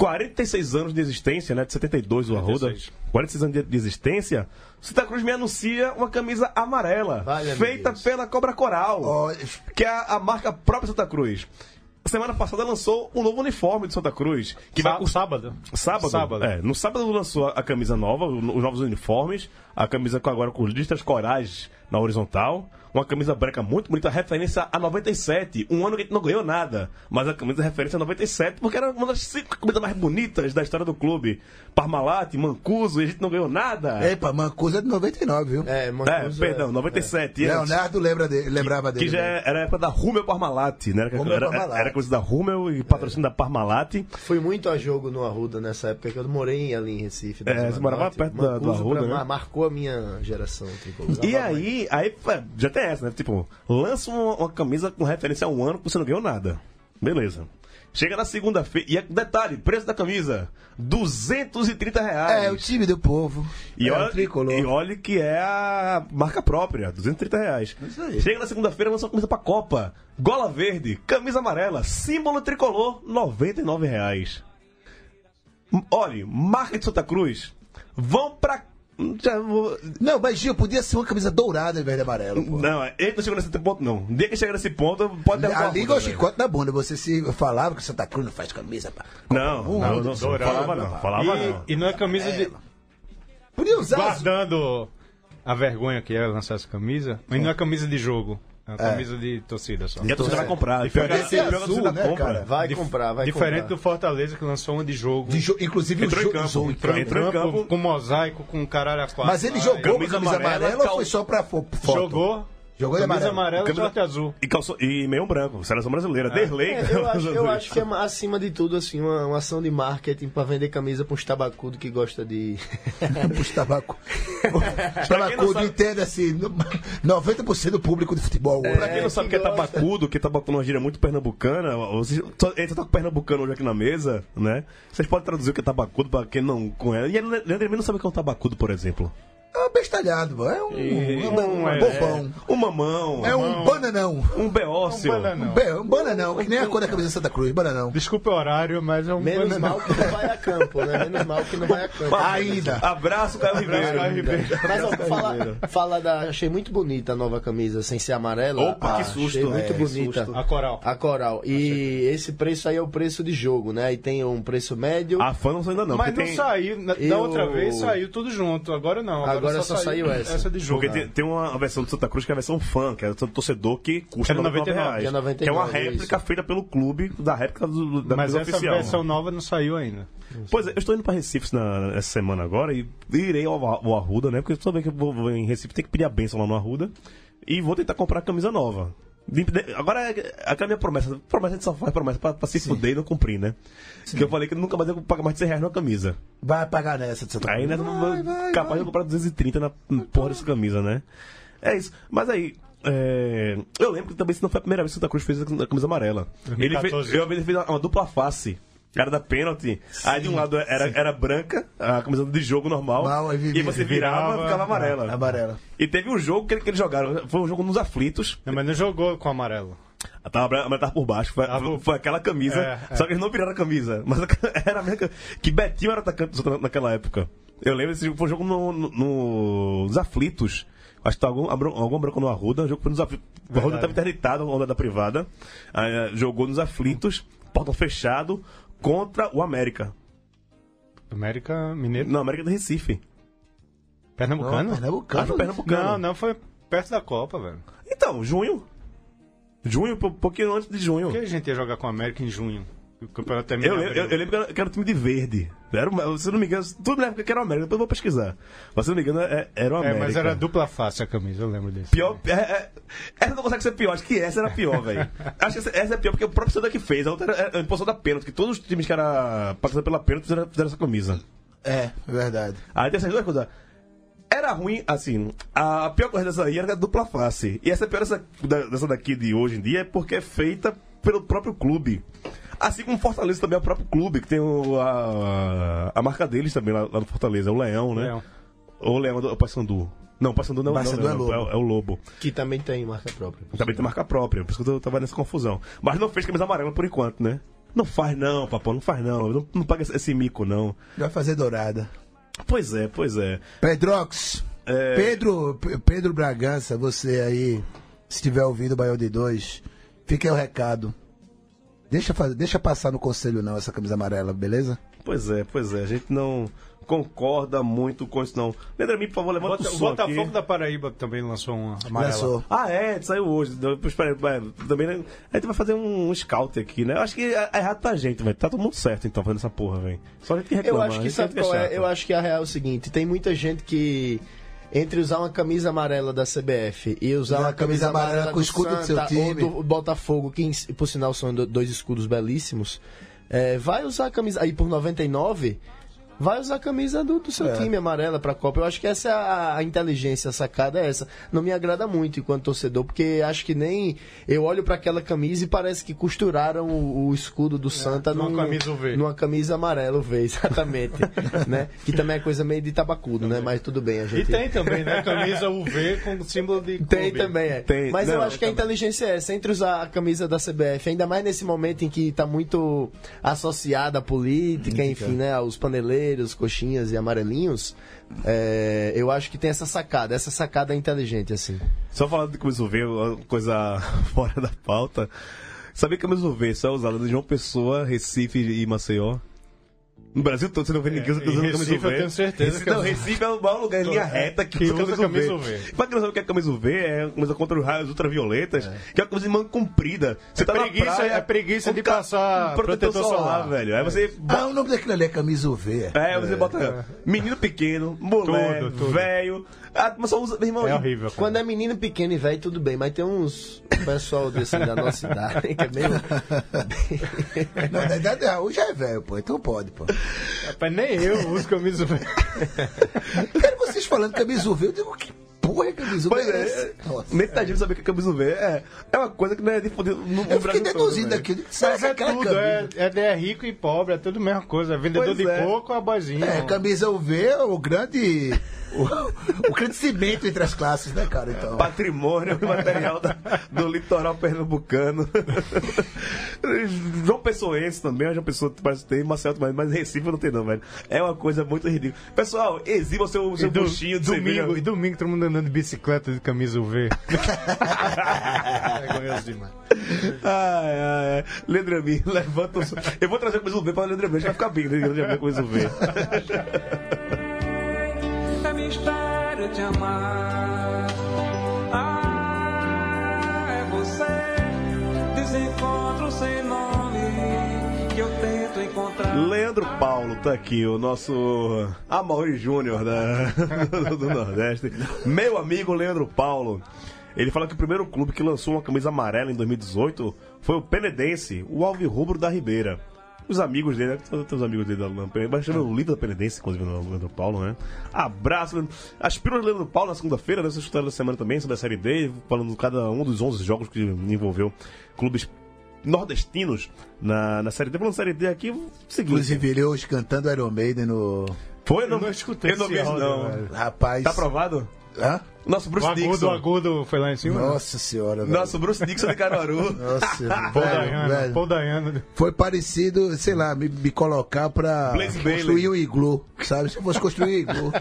[SPEAKER 2] 46 anos de existência, né? De 72 o Arruda.
[SPEAKER 5] 46.
[SPEAKER 2] 46 anos de- de existência, Santa Cruz me anuncia uma camisa amarela,
[SPEAKER 6] Valha-me
[SPEAKER 2] feita
[SPEAKER 6] Deus.
[SPEAKER 2] pela Cobra Coral,
[SPEAKER 4] Olha,
[SPEAKER 2] que é a, a marca própria Santa Cruz. Semana passada lançou um novo uniforme de Santa Cruz, que vai
[SPEAKER 5] Sá-
[SPEAKER 2] custar
[SPEAKER 5] Sábado.
[SPEAKER 2] Sábado?
[SPEAKER 5] Sábado.
[SPEAKER 2] É, no sábado lançou a camisa nova, o- os novos uniformes, a camisa com agora com listras corais na horizontal, uma camisa branca muito bonita, referência a 97, um ano que a gente não ganhou nada, mas a camisa é referência a 97, porque era uma das cinco camisas mais bonitas da história do clube. Parmalat, Mancuso, e a gente não ganhou nada.
[SPEAKER 4] Epa, Mancuso é de 99, viu?
[SPEAKER 6] É,
[SPEAKER 2] É,
[SPEAKER 6] Mancuso,
[SPEAKER 2] perdão, 97. antes.
[SPEAKER 4] Leonardo lembra dele, lembrava
[SPEAKER 2] Que
[SPEAKER 4] dele.
[SPEAKER 2] já
[SPEAKER 4] né?
[SPEAKER 2] era a época da Rummel Parmalat, né? Era,
[SPEAKER 4] Rummel
[SPEAKER 2] era,
[SPEAKER 4] Parmalat.
[SPEAKER 2] era coisa da Rummel e patrocínio da Parmalat.
[SPEAKER 6] Fui muito a jogo no Arruda nessa época, que eu morei ali em Recife. na
[SPEAKER 2] É,
[SPEAKER 6] Zona
[SPEAKER 2] você morava
[SPEAKER 6] Norte.
[SPEAKER 2] perto da- do
[SPEAKER 6] Mancuso
[SPEAKER 2] Arruda,
[SPEAKER 6] pra-
[SPEAKER 2] né?
[SPEAKER 6] Marcou a minha geração. tipo, tricolor.
[SPEAKER 2] E
[SPEAKER 6] Tava lá.
[SPEAKER 2] aí, aí, pá, já tem essa, né? Tipo, lança uma, uma camisa com referência a um ano que você não ganhou nada. Beleza. Chega na segunda-feira. E é, detalhe, preço da camisa: 230 reais.
[SPEAKER 4] É, o time do povo.
[SPEAKER 2] E,
[SPEAKER 4] é, o
[SPEAKER 2] olha,
[SPEAKER 4] tricolor.
[SPEAKER 2] e olha que é a marca própria, 230 reais.
[SPEAKER 4] Isso aí.
[SPEAKER 2] Chega na segunda-feira, lança uma camisa pra Copa. Gola verde, camisa amarela, símbolo tricolor, 99 reais. M- Olha, marca de Santa Cruz, vão pra... Já vou-
[SPEAKER 4] Não, mas Gil, podia ser uma camisa dourada em vez de amarelo. pô.
[SPEAKER 2] Não, é, ele não chegou nesse ponto, não. Desde que chegar nesse ponto, pode derrubar
[SPEAKER 4] Ali
[SPEAKER 2] Arruda,
[SPEAKER 4] o
[SPEAKER 2] velho.
[SPEAKER 4] chicote na bunda. tá né? Você se falava que Santa Cruz não faz camisa. Pá.
[SPEAKER 2] Não, não, não, não,
[SPEAKER 5] Dourado,
[SPEAKER 2] falava não, falava não.
[SPEAKER 5] E, e não é camisa de.
[SPEAKER 4] Podia usar. as-
[SPEAKER 5] Guardando a vergonha que era lançar essa camisa, mas não é camisa de jogo. É uma camisa de torcida só.
[SPEAKER 2] E a torcida vai comprar. E
[SPEAKER 4] Podia ser azul, né, cara?
[SPEAKER 6] Vai
[SPEAKER 5] Dif-
[SPEAKER 6] comprar, vai
[SPEAKER 5] Diferente
[SPEAKER 6] comprar.
[SPEAKER 5] do Fortaleza que lançou uma de jogo.
[SPEAKER 4] De jo- Inclusive
[SPEAKER 2] Entrou
[SPEAKER 4] o
[SPEAKER 2] em
[SPEAKER 4] jogo
[SPEAKER 2] campo,
[SPEAKER 4] usou em
[SPEAKER 2] entrou-
[SPEAKER 4] campo.
[SPEAKER 2] entrou em campo.
[SPEAKER 5] Com, com mosaico, com caralho a quatro.
[SPEAKER 4] Mas ele
[SPEAKER 5] lá,
[SPEAKER 4] jogou com
[SPEAKER 2] camisa
[SPEAKER 4] camisa amarela,
[SPEAKER 2] amarela,
[SPEAKER 4] ou foi só pra fo- foto?
[SPEAKER 5] Jogou.
[SPEAKER 4] Jogou de
[SPEAKER 5] Camisa
[SPEAKER 4] amarelo.
[SPEAKER 5] amarela e
[SPEAKER 2] Camisa-
[SPEAKER 5] short azul.
[SPEAKER 2] E, calço... e meio branco, seleção brasileira. Derlei.
[SPEAKER 6] É, eu, acho, eu acho que é ma- acima de tudo assim uma, uma ação de marketing pra vender camisa para uns tabacudo que gosta de
[SPEAKER 4] Os tabaco. Os
[SPEAKER 2] não
[SPEAKER 4] tabacudo,
[SPEAKER 2] sabe-
[SPEAKER 4] entenda-se. assim, no- 90% do público de futebol.
[SPEAKER 2] Pra quem
[SPEAKER 4] hoje.
[SPEAKER 2] não sabe o que é
[SPEAKER 6] que gosta.
[SPEAKER 2] tabacudo, que tabacudo é uma gíria muito pernambucana, vocês, só- ele só tá com pernambucano hoje aqui na mesa, né? Vocês podem traduzir o que é tabacudo pra quem não conhece. E a Leandro Mendes não sabe o que é um tabacudo, por exemplo.
[SPEAKER 4] É um bestalhado, pô. é um, é um,
[SPEAKER 5] é-
[SPEAKER 4] bobão.
[SPEAKER 2] Um mamão,
[SPEAKER 4] É um bananão.
[SPEAKER 2] um beócio.
[SPEAKER 5] bananão.
[SPEAKER 4] É um bananão, que nem a cor da camisa de Santa Cruz, bananão.
[SPEAKER 5] Desculpa o horário, mas é um
[SPEAKER 6] menos
[SPEAKER 2] né?
[SPEAKER 5] bananão.
[SPEAKER 6] mal que não vai a campo, né? Menos mal que não vai a campo.
[SPEAKER 4] Ainda.
[SPEAKER 2] Abraço, Caio Ribeiro.
[SPEAKER 6] Mas ó, fala, fala da. Achei muito bonita a nova camisa sem ser amarela. Ah,
[SPEAKER 2] Opa, que
[SPEAKER 6] Achei
[SPEAKER 2] susto. É,
[SPEAKER 6] muito bonita.
[SPEAKER 2] susto.
[SPEAKER 5] A coral.
[SPEAKER 6] A coral. E esse preço aí é o preço de jogo, né? E tem um preço médio.
[SPEAKER 2] A fã não saiu ainda não.
[SPEAKER 5] Mas
[SPEAKER 2] porque
[SPEAKER 5] não
[SPEAKER 2] tem...
[SPEAKER 5] saiu. Na- Da
[SPEAKER 6] Eu-
[SPEAKER 5] outra vez saiu tudo junto. Agora não.
[SPEAKER 6] Agora só saiu essa.
[SPEAKER 5] Essa de jogo.
[SPEAKER 2] Porque tem, tem uma versão do Santa Cruz que é a versão fã, que é a versão do torcedor que custa
[SPEAKER 5] Era
[SPEAKER 2] 99
[SPEAKER 5] 99,
[SPEAKER 2] reais.
[SPEAKER 6] que é 99,
[SPEAKER 2] que é uma réplica
[SPEAKER 6] isso.
[SPEAKER 2] feita pelo clube da réplica do, da
[SPEAKER 5] Mas
[SPEAKER 2] camisa
[SPEAKER 5] essa
[SPEAKER 2] oficial. né?
[SPEAKER 5] versão nova não saiu ainda.
[SPEAKER 2] Pois é, eu estou indo para Recife na, essa semana agora e irei ao, ao Arruda, né? Porque toda vez que eu vou, vou em Recife tem que pedir a benção lá no Arruda. E vou tentar comprar a camisa nova. De- de- Agora, é aquela minha promessa, promessa a gente só faz promessa pra, pra se fuder e não cumprir, né? Que eu falei que nunca mais eu vou pagar mais de 100 reais numa camisa.
[SPEAKER 4] Vai pagar nessa de Santa Cruz.
[SPEAKER 2] Aí né, capaz de eu comprar 230 na porra dessa camisa, né? É isso. Mas aí. é, eu lembro que também se não foi a primeira vez que o Santa Cruz fez a camisa amarela. Ele
[SPEAKER 5] 2014.
[SPEAKER 2] fez, eu, ele fez uma, uma dupla face. Era da pênalti. aí de um lado era, era branca, a camisa de jogo normal.
[SPEAKER 4] Normal, aí vi-
[SPEAKER 2] e você virava,
[SPEAKER 5] virava,
[SPEAKER 2] ficava amarela.
[SPEAKER 4] Amarela.
[SPEAKER 2] E teve um jogo que, que eles jogaram. Foi um jogo nos aflitos.
[SPEAKER 5] Não, mas não jogou com amarelo.
[SPEAKER 2] Ela Tava, branca, mas tava por baixo. Foi,
[SPEAKER 5] Tava-
[SPEAKER 2] foi aquela camisa.
[SPEAKER 5] É, é.
[SPEAKER 2] Só que eles não viraram a camisa. Mas a- era a mesma camisa. Que Betinho era atacante do Santa naquela época. Eu lembro desse jogo, foi um jogo no, no- nos aflitos. Acho que tá algum, abro- algum branco no Arruda, o jogo foi nos aflitos. O Arruda
[SPEAKER 5] Verdade.
[SPEAKER 2] tava interditado, onda da privada. Aí, eh, jogou nos aflitos, portão fechado, contra o América.
[SPEAKER 5] América Mineiro.
[SPEAKER 2] Não, América do Recife.
[SPEAKER 5] Pernambucano? Ah,
[SPEAKER 2] Acho que
[SPEAKER 4] Pernambucano.
[SPEAKER 2] o Pernambucano.
[SPEAKER 5] Não, não, foi perto da Copa, velho.
[SPEAKER 2] Então, junho. Junho, um pouquinho antes de junho.
[SPEAKER 5] Por que a gente ia jogar com o América em junho? O campeonato termina
[SPEAKER 2] Eu,
[SPEAKER 5] em
[SPEAKER 2] lembro-
[SPEAKER 5] abril.
[SPEAKER 2] eu, eu lembro que era- que era um time de verde. Era uma, se eu não me engano, tudo na época que era o América, depois eu vou pesquisar. Mas se eu não me engano, é- era o
[SPEAKER 5] É,
[SPEAKER 2] América.
[SPEAKER 5] mas era dupla face a camisa, eu lembro disso.
[SPEAKER 2] Pior. É, é- essa não consegue ser pior, acho que essa era pior, velho. Acho que essa, essa é pior, porque o próprio Sandan que fez, a outra era a imposição da pênalti, que todos os times que era passando pela pênalti fizeram, fizeram essa camisa.
[SPEAKER 4] É, verdade.
[SPEAKER 2] Aí tem essas duas coisas. Era ruim, assim, a pior corrida dessa aí era a dupla face. E essa é pior dessa, da- dessa daqui de hoje em dia é porque é feita pelo próprio clube. Assim como Fortaleza também é o próprio clube, que tem o- a, a marca deles também lá, lá no Fortaleza, o Leão, né?
[SPEAKER 5] Leão.
[SPEAKER 2] Ou o Leão, é o Paysandu. Não, o Paysandu não, não,
[SPEAKER 4] Paysandu
[SPEAKER 2] não,
[SPEAKER 4] é
[SPEAKER 2] não,
[SPEAKER 4] Lobo.
[SPEAKER 2] é o Lobo.
[SPEAKER 6] Que também tem marca própria.
[SPEAKER 2] Também tem marca própria, por isso que eu tava nessa confusão. Mas não fez camisa amarela por enquanto, né? Não faz não, papo, não faz não. Não, não paga esse- esse mico, não.
[SPEAKER 4] Vai fazer dourada.
[SPEAKER 2] Pois é, pois é.
[SPEAKER 4] Pedrox.
[SPEAKER 2] É.
[SPEAKER 4] Pedro, P- Pedro Bragança, você aí, se estiver ouvindo o Baião de 2, fica aí o recado. Deixa, fazer, deixa passar no conselho não essa camisa amarela, beleza?
[SPEAKER 2] Pois é, pois é. A gente não concorda muito com isso, não. Leandro, por favor, levanta
[SPEAKER 5] Bota-
[SPEAKER 2] o
[SPEAKER 5] o
[SPEAKER 2] som aqui.
[SPEAKER 5] Botafogo da Paraíba também lançou uma amarela.
[SPEAKER 4] Lançou.
[SPEAKER 2] Ah, é, saiu hoje. Não, espera aí, vai, Também, né? A gente vai fazer um scout aqui, né? Eu acho que é é errado pra gente, velho. Tá todo mundo certo, então, fazendo essa porra, velho. Só a gente que reclama.
[SPEAKER 6] Eu acho
[SPEAKER 2] a
[SPEAKER 6] que
[SPEAKER 2] gente
[SPEAKER 6] sabe
[SPEAKER 2] fica
[SPEAKER 6] qual é?
[SPEAKER 2] chato.
[SPEAKER 6] Eu acho que a real é o seguinte: tem muita gente que. Entre usar uma camisa amarela da CBF e
[SPEAKER 4] Usar
[SPEAKER 6] usar uma
[SPEAKER 4] a camisa
[SPEAKER 6] camisa
[SPEAKER 4] amarela
[SPEAKER 6] amarela
[SPEAKER 4] com o
[SPEAKER 6] do
[SPEAKER 4] escudo do seu
[SPEAKER 6] Santa ou
[SPEAKER 4] time.
[SPEAKER 6] do Botafogo, que ins- por sinal são do- dois escudos belíssimos, é, vai usar a camisa. Aí por 99, vai usar a camisa do, do seu
[SPEAKER 4] É.
[SPEAKER 6] time amarela pra Copa. Eu acho que essa é a, a inteligência, a sacada é essa. Não me agrada muito enquanto torcedor, porque acho que nem. Eu olho pra aquela camisa e parece que costuraram o, o escudo
[SPEAKER 4] É,
[SPEAKER 6] do Santa
[SPEAKER 5] numa
[SPEAKER 6] num-
[SPEAKER 5] camisa UV.
[SPEAKER 6] numa camisa amarela UV, exatamente. né? Que também é coisa meio de tabacudo, né? Mas tudo bem, a
[SPEAKER 5] E
[SPEAKER 6] gente.
[SPEAKER 5] tem também, né? Camisa UV com símbolo de
[SPEAKER 6] Tem
[SPEAKER 5] clube.
[SPEAKER 6] também, é.
[SPEAKER 2] Tem,
[SPEAKER 6] Mas eu
[SPEAKER 2] não,
[SPEAKER 6] acho que a inteligência é essa, entre usar a camisa da CBF, ainda mais nesse momento em que tá muito associada à política, enfim, né? Aos paneleiros, coxinhas e amarelinhos. é, eu acho que tem essa sacada, essa sacada é inteligente, assim.
[SPEAKER 2] Só falando de camisa UV, uma coisa fora da pauta. Sabia que camisa UV só é usada de João Pessoa, Recife e Maceió? No Brasil todo você não vê ninguém
[SPEAKER 5] É,
[SPEAKER 2] usando
[SPEAKER 5] em
[SPEAKER 2] camisa
[SPEAKER 5] Recife
[SPEAKER 2] UV.
[SPEAKER 5] eu tenho certeza
[SPEAKER 2] Recife,
[SPEAKER 5] que
[SPEAKER 2] não,
[SPEAKER 5] eu-
[SPEAKER 2] Recife é o maior lugar em linha reta que usa camisa,
[SPEAKER 5] camisa
[SPEAKER 2] UV.
[SPEAKER 5] UV.
[SPEAKER 2] Pra quem não sabe o que é camisa UV, é uma coisa contra os raios ultravioletas, que é uma camisa de manga comprida. Você tá na
[SPEAKER 5] preguiça-
[SPEAKER 2] praia,
[SPEAKER 5] é preguiça
[SPEAKER 2] com
[SPEAKER 5] de
[SPEAKER 2] ca-
[SPEAKER 5] passar
[SPEAKER 2] com protetor,
[SPEAKER 5] protetor
[SPEAKER 2] solar,
[SPEAKER 5] solar, É. Ah,
[SPEAKER 2] velho. Aí você...
[SPEAKER 4] Ah, o nome daquilo ali é camisa UV.
[SPEAKER 2] É, você bota menino pequeno, mulher,
[SPEAKER 5] Tudo, tudo.
[SPEAKER 2] velho. Ah, mas só usa, meu irmão.
[SPEAKER 5] É horrível. cara.
[SPEAKER 6] Quando é menino pequeno e velho, tudo bem, mas tem uns pessoal desse da nossa idade que é meio.
[SPEAKER 4] Não, da idade da Raul já é velho, pô, então pode, pô.
[SPEAKER 5] Rapaz, nem eu uso camisa UV.
[SPEAKER 4] Quero vocês falando camisa UV, eu digo, que porra é camisa UV?
[SPEAKER 2] Pois
[SPEAKER 4] é
[SPEAKER 2] é,
[SPEAKER 4] essa? Nossa.
[SPEAKER 2] nem tá de saber que a camisa UV é, é uma coisa que não é difundida no, no
[SPEAKER 4] Eu fiquei
[SPEAKER 2] Brasil todo, né?
[SPEAKER 4] deduzindo
[SPEAKER 2] velho.
[SPEAKER 4] aquilo. Será
[SPEAKER 5] Mas
[SPEAKER 4] que
[SPEAKER 5] é
[SPEAKER 4] aquela
[SPEAKER 5] tudo, é,
[SPEAKER 4] camisa...
[SPEAKER 5] é, é rico e pobre, é tudo a mesma coisa. É vendedor
[SPEAKER 2] Pois
[SPEAKER 5] de
[SPEAKER 2] é.
[SPEAKER 5] coco a boizinha.
[SPEAKER 4] É, camisa UV é o grande... O, o grande cimento entre as classes, né, cara? Então...
[SPEAKER 2] É. Patrimônio material da- do litoral pernambucano. João Pessoense também, é João Pessoa parece que tem, Marcelo também, mas Recife não tem não, velho. É uma coisa muito ridícula. Pessoal, exiba o seu,
[SPEAKER 5] E
[SPEAKER 2] seu
[SPEAKER 5] do-
[SPEAKER 2] buchinho de
[SPEAKER 5] domingo, e
[SPEAKER 2] cerveja.
[SPEAKER 5] domingo todo mundo andando de bicicleta de camisa UV. é gostoso demais.
[SPEAKER 2] Ai, ai, ai. Leandro Amin, levanta o seu... Eu vou trazer a camisa UV pra Leandro Amin, acho que vai ficar bem, né, Leandro Amin, com a camisa UV.
[SPEAKER 3] É mistério de amar. Ah, é você, desencontro sem nome que eu tento encontrar.
[SPEAKER 2] Leandro Paulo tá aqui, o nosso Amaury Júnior da- do, Nordeste. Meu amigo Leandro Paulo. Ele fala que o primeiro clube que lançou uma camisa amarela em 2018 foi o Penedense, o Alves Rubro da Ribeira. Os amigos dele, né? Tem os amigos dele da Lampen, mas chama o líder da Penedense, inclusive, o Leandro Paulo, né? Abraço, Leandro. As pílulas do Leandro Paulo na segunda-feira, né? Vocês escutaram da semana também sobre a Série D, falando de cada um dos 11 jogos que envolveu clubes nordestinos na, na Série D. Falando de Série D aqui, é o seguinte...
[SPEAKER 4] Inclusive, ele hoje cantando Iron Maiden no.
[SPEAKER 2] Foi? Eu não,
[SPEAKER 5] não escutei
[SPEAKER 2] Eu não
[SPEAKER 5] esse
[SPEAKER 2] vi isso,
[SPEAKER 5] áudio,
[SPEAKER 2] não.
[SPEAKER 5] velho.
[SPEAKER 4] Rapaz.
[SPEAKER 2] Tá aprovado?
[SPEAKER 4] Hã?
[SPEAKER 2] Nosso
[SPEAKER 5] O
[SPEAKER 2] Bruce
[SPEAKER 5] agudo,
[SPEAKER 2] Dixon.
[SPEAKER 5] o agudo foi lá em cima.
[SPEAKER 4] Nossa senhora, velho.
[SPEAKER 2] Nosso Bruce Dixon de Caruaru.
[SPEAKER 4] Nossa,
[SPEAKER 5] Paul
[SPEAKER 4] velho,
[SPEAKER 5] Dayano,
[SPEAKER 4] velho.
[SPEAKER 5] Paul Dayano.
[SPEAKER 4] Foi parecido, sei lá, me, me colocar pra
[SPEAKER 2] Blaze
[SPEAKER 4] construir
[SPEAKER 2] Bailey.
[SPEAKER 4] um iglu, sabe? Se eu fosse construir um iglu.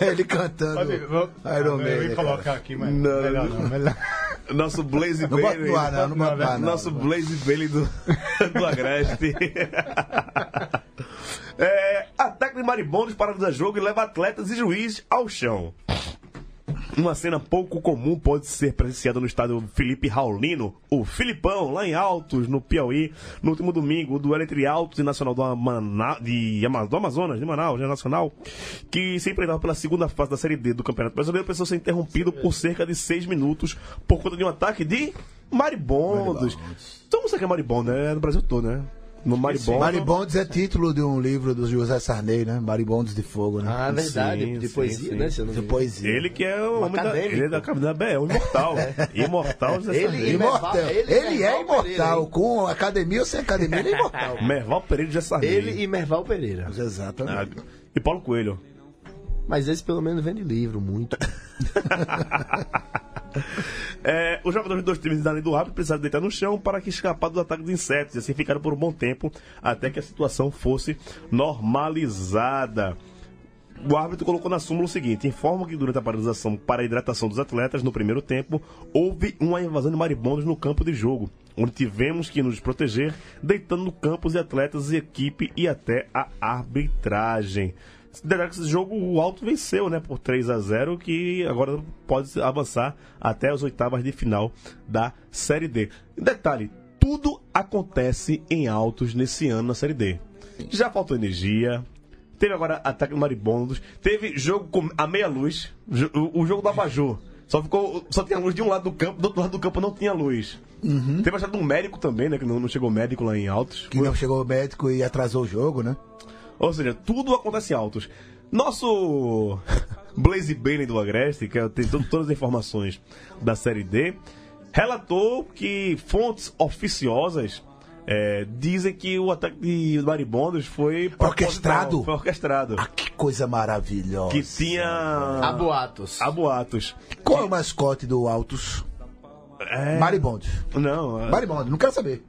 [SPEAKER 4] Ele cantando
[SPEAKER 5] Pode- vou-
[SPEAKER 4] Iron
[SPEAKER 5] Ah, Eu ia
[SPEAKER 4] Man.
[SPEAKER 5] colocar
[SPEAKER 4] cara.
[SPEAKER 5] aqui, mas
[SPEAKER 2] Não,
[SPEAKER 5] melhor
[SPEAKER 2] não.
[SPEAKER 5] não. melhor.
[SPEAKER 2] Nosso Blaze
[SPEAKER 4] Não bota
[SPEAKER 2] Bailey.
[SPEAKER 4] no ar, não, não bota no ar, não.
[SPEAKER 2] Nosso Blaze Bailey do, do Agreste. é, ataque de maribondos paralisa jogo e leva atletas e juiz ao chão. Uma cena pouco comum pode ser presenciada no estádio Felipe Raulino, o Filipão, lá em Altos, no Piauí, no último domingo, o duelo entre Altos e Nacional do, Amana... de Ama- do Amazonas, de Manaus, né, Nacional, que se enfrentava pela segunda fase da Série D do Campeonato Brasileiro, precisou ser interrompido por cerca de seis minutos por conta de um ataque de maribondos. Todo mundo sabe que é maribondo, né? É no Brasil todo, né? No maribondo.
[SPEAKER 4] Maribondes é título de um livro do José Sarney, né? Maribondes de Fogo, né?
[SPEAKER 6] Ah, verdade.
[SPEAKER 2] Sim,
[SPEAKER 6] de
[SPEAKER 2] sim,
[SPEAKER 6] poesia,
[SPEAKER 2] sim.
[SPEAKER 6] né? Se eu não
[SPEAKER 4] de
[SPEAKER 6] me-
[SPEAKER 4] poesia.
[SPEAKER 2] Ele que é o
[SPEAKER 6] Um
[SPEAKER 2] homem da,
[SPEAKER 6] acadêmico.
[SPEAKER 2] ele é da cabine da BL, o imortal. imortal José
[SPEAKER 6] É. Ele-
[SPEAKER 2] Sarney.
[SPEAKER 4] Imortal. Ele,
[SPEAKER 6] Ele-
[SPEAKER 4] é
[SPEAKER 6] Merval Pereira,
[SPEAKER 4] imortal.
[SPEAKER 6] hein?
[SPEAKER 4] Com academia ou sem academia, ele é imortal.
[SPEAKER 2] Merval Pereira de Sarney.
[SPEAKER 6] Ele e Merval Pereira.
[SPEAKER 4] Exatamente.
[SPEAKER 2] Ah, E Paulo Coelho.
[SPEAKER 6] Mas esse pelo menos vende livro, muito.
[SPEAKER 2] É, os jogadores dos dois times da linha do árbitro precisaram deitar no chão para que escapar dos ataques de insetos. E assim ficaram por um bom tempo até que a situação fosse normalizada. O árbitro colocou na súmula o seguinte: informa que durante a paralisação para a hidratação dos atletas no primeiro tempo, houve uma invasão de maribondos no campo de jogo, onde tivemos que nos proteger, deitando no campo os atletas e equipe e até a arbitragem. Considerar que esse jogo o Alto venceu, né, por 3 a 0 que agora pode avançar até as oitavas de final da Série D. Detalhe: tudo acontece em Altos nesse ano na Série D. Já faltou energia, Teve agora ataque do Maribondos. Teve jogo com a meia luz. jo- O, o jogo da Baju. Só ficou. Só tinha luz de um lado do campo, do outro lado do campo não tinha luz. Teve a história do médico também, né? Que não, não chegou médico lá em Altos.
[SPEAKER 4] Que não chegou o médico e atrasou o jogo, né?
[SPEAKER 2] Ou seja, tudo acontece em Altos. Nosso Blaze Bailey do Agreste, que é, tem to- todas as informações da Série D, relatou que fontes oficiosas eh, dizem que o ataque de Maribondos foi...
[SPEAKER 4] Orquestrado?
[SPEAKER 2] Foi orquestrado.
[SPEAKER 4] Ah, que coisa maravilhosa.
[SPEAKER 2] Que tinha...
[SPEAKER 6] Há boatos.
[SPEAKER 2] Há boatos.
[SPEAKER 4] Qual é o mascote do Autos?
[SPEAKER 2] É,
[SPEAKER 4] Maribondes.
[SPEAKER 2] Não, é,
[SPEAKER 4] Maribondes, não quero saber.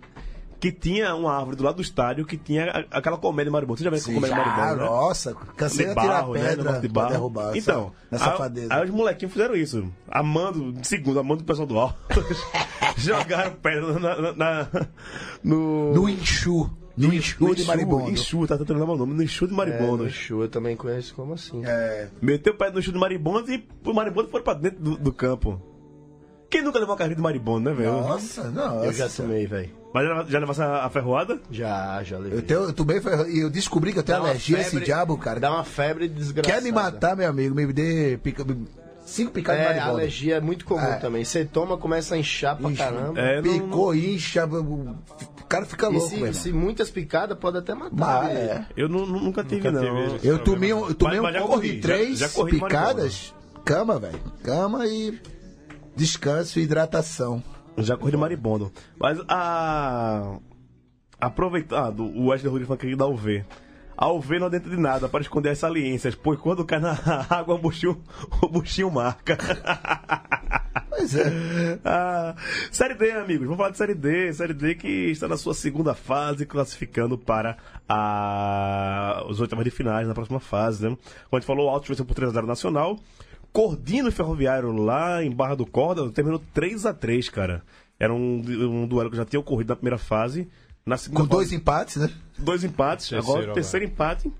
[SPEAKER 2] que tinha uma árvore do lado do estádio que tinha a- aquela comédia maribondo. Você já viu com comédia
[SPEAKER 4] ah,
[SPEAKER 2] maribondo, né?
[SPEAKER 4] nossa, cansei de, tirar pedra
[SPEAKER 2] negócio de
[SPEAKER 4] pra
[SPEAKER 2] barro.
[SPEAKER 4] derrubar.
[SPEAKER 2] então,
[SPEAKER 4] na
[SPEAKER 2] aí-
[SPEAKER 4] safadeza.
[SPEAKER 2] Aí, os molequinhos fizeram isso. Amando, de segundo, amando o pessoal do alto. jogaram pedra na, na- na- no...
[SPEAKER 4] no Inchu. No Inchu de
[SPEAKER 2] Enxu,
[SPEAKER 4] Maribondo.
[SPEAKER 2] Enxu, tá tentando lembrar o nome. No enxu de
[SPEAKER 6] É,
[SPEAKER 2] maribondo.
[SPEAKER 6] no show eu também conheço como assim.
[SPEAKER 4] É,
[SPEAKER 2] Meteu o pé no chão do maribondo e o maribondo foi pra dentro do, do campo. Quem nunca levou uma carrinha de maribondo, né, velho?
[SPEAKER 4] nossa, nossa.
[SPEAKER 6] Eu já tomei, velho.
[SPEAKER 2] Mas já, já levasse a, a ferroada?
[SPEAKER 6] Já, já levei.
[SPEAKER 4] Eu, tenho, eu tomei ferro- e eu descobri que eu tenho
[SPEAKER 6] Dá uma
[SPEAKER 4] alergia a esse
[SPEAKER 6] febre-
[SPEAKER 4] diabo, cara.
[SPEAKER 6] Dá uma febre desgraçada.
[SPEAKER 4] Quer me matar, meu amigo? Me dê pica- me- cinco picadas
[SPEAKER 6] É,
[SPEAKER 4] de
[SPEAKER 6] a
[SPEAKER 4] maribondo.
[SPEAKER 6] alergia é muito comum
[SPEAKER 4] É.
[SPEAKER 6] também. Você toma, começa a inchar pra
[SPEAKER 4] Incha.
[SPEAKER 6] caramba.
[SPEAKER 2] É, não-
[SPEAKER 4] Picou, incha, o o cara fica
[SPEAKER 6] E
[SPEAKER 4] louco, meu
[SPEAKER 6] se,
[SPEAKER 4] irmão.
[SPEAKER 6] se muitas picadas, pode até matar.
[SPEAKER 4] Mas,
[SPEAKER 6] velho.
[SPEAKER 4] é.
[SPEAKER 2] Eu nu- nu- nunca tive, não.
[SPEAKER 5] tive isso.
[SPEAKER 4] Eu tomei um, eu tomei
[SPEAKER 2] Mas- mas
[SPEAKER 4] um
[SPEAKER 2] já
[SPEAKER 4] combo
[SPEAKER 2] corri,
[SPEAKER 4] de
[SPEAKER 2] já-
[SPEAKER 4] três
[SPEAKER 2] já corri de
[SPEAKER 4] picadas. Cama, velho. Cama e descanso e hidratação.
[SPEAKER 2] Já corri de maribondo. Mas a. Aproveitando, o Wesley Rodrigues falou que dá UV. A UV não adianta de nada para esconder as saliências, pois quando cai na água o buchinho, o buchinho marca.
[SPEAKER 4] Pois é.
[SPEAKER 2] Ah, série D, amigos, vamos falar de Série D. Série D que está na sua segunda fase, classificando para a... os oitavas de finais, na próxima fase. Né? Como a gente falou, o Alto venceu por 3x0 Nacional. Cordino e Ferroviário lá em Barra do Corda terminou 3x3, cara. Era um, um duelo que já tinha ocorrido na primeira fase. Na segunda
[SPEAKER 4] Com
[SPEAKER 2] fase-
[SPEAKER 4] dois empates, né?
[SPEAKER 2] dois empates,
[SPEAKER 5] Terceiro
[SPEAKER 2] agora
[SPEAKER 5] agora.
[SPEAKER 2] terceiro empate.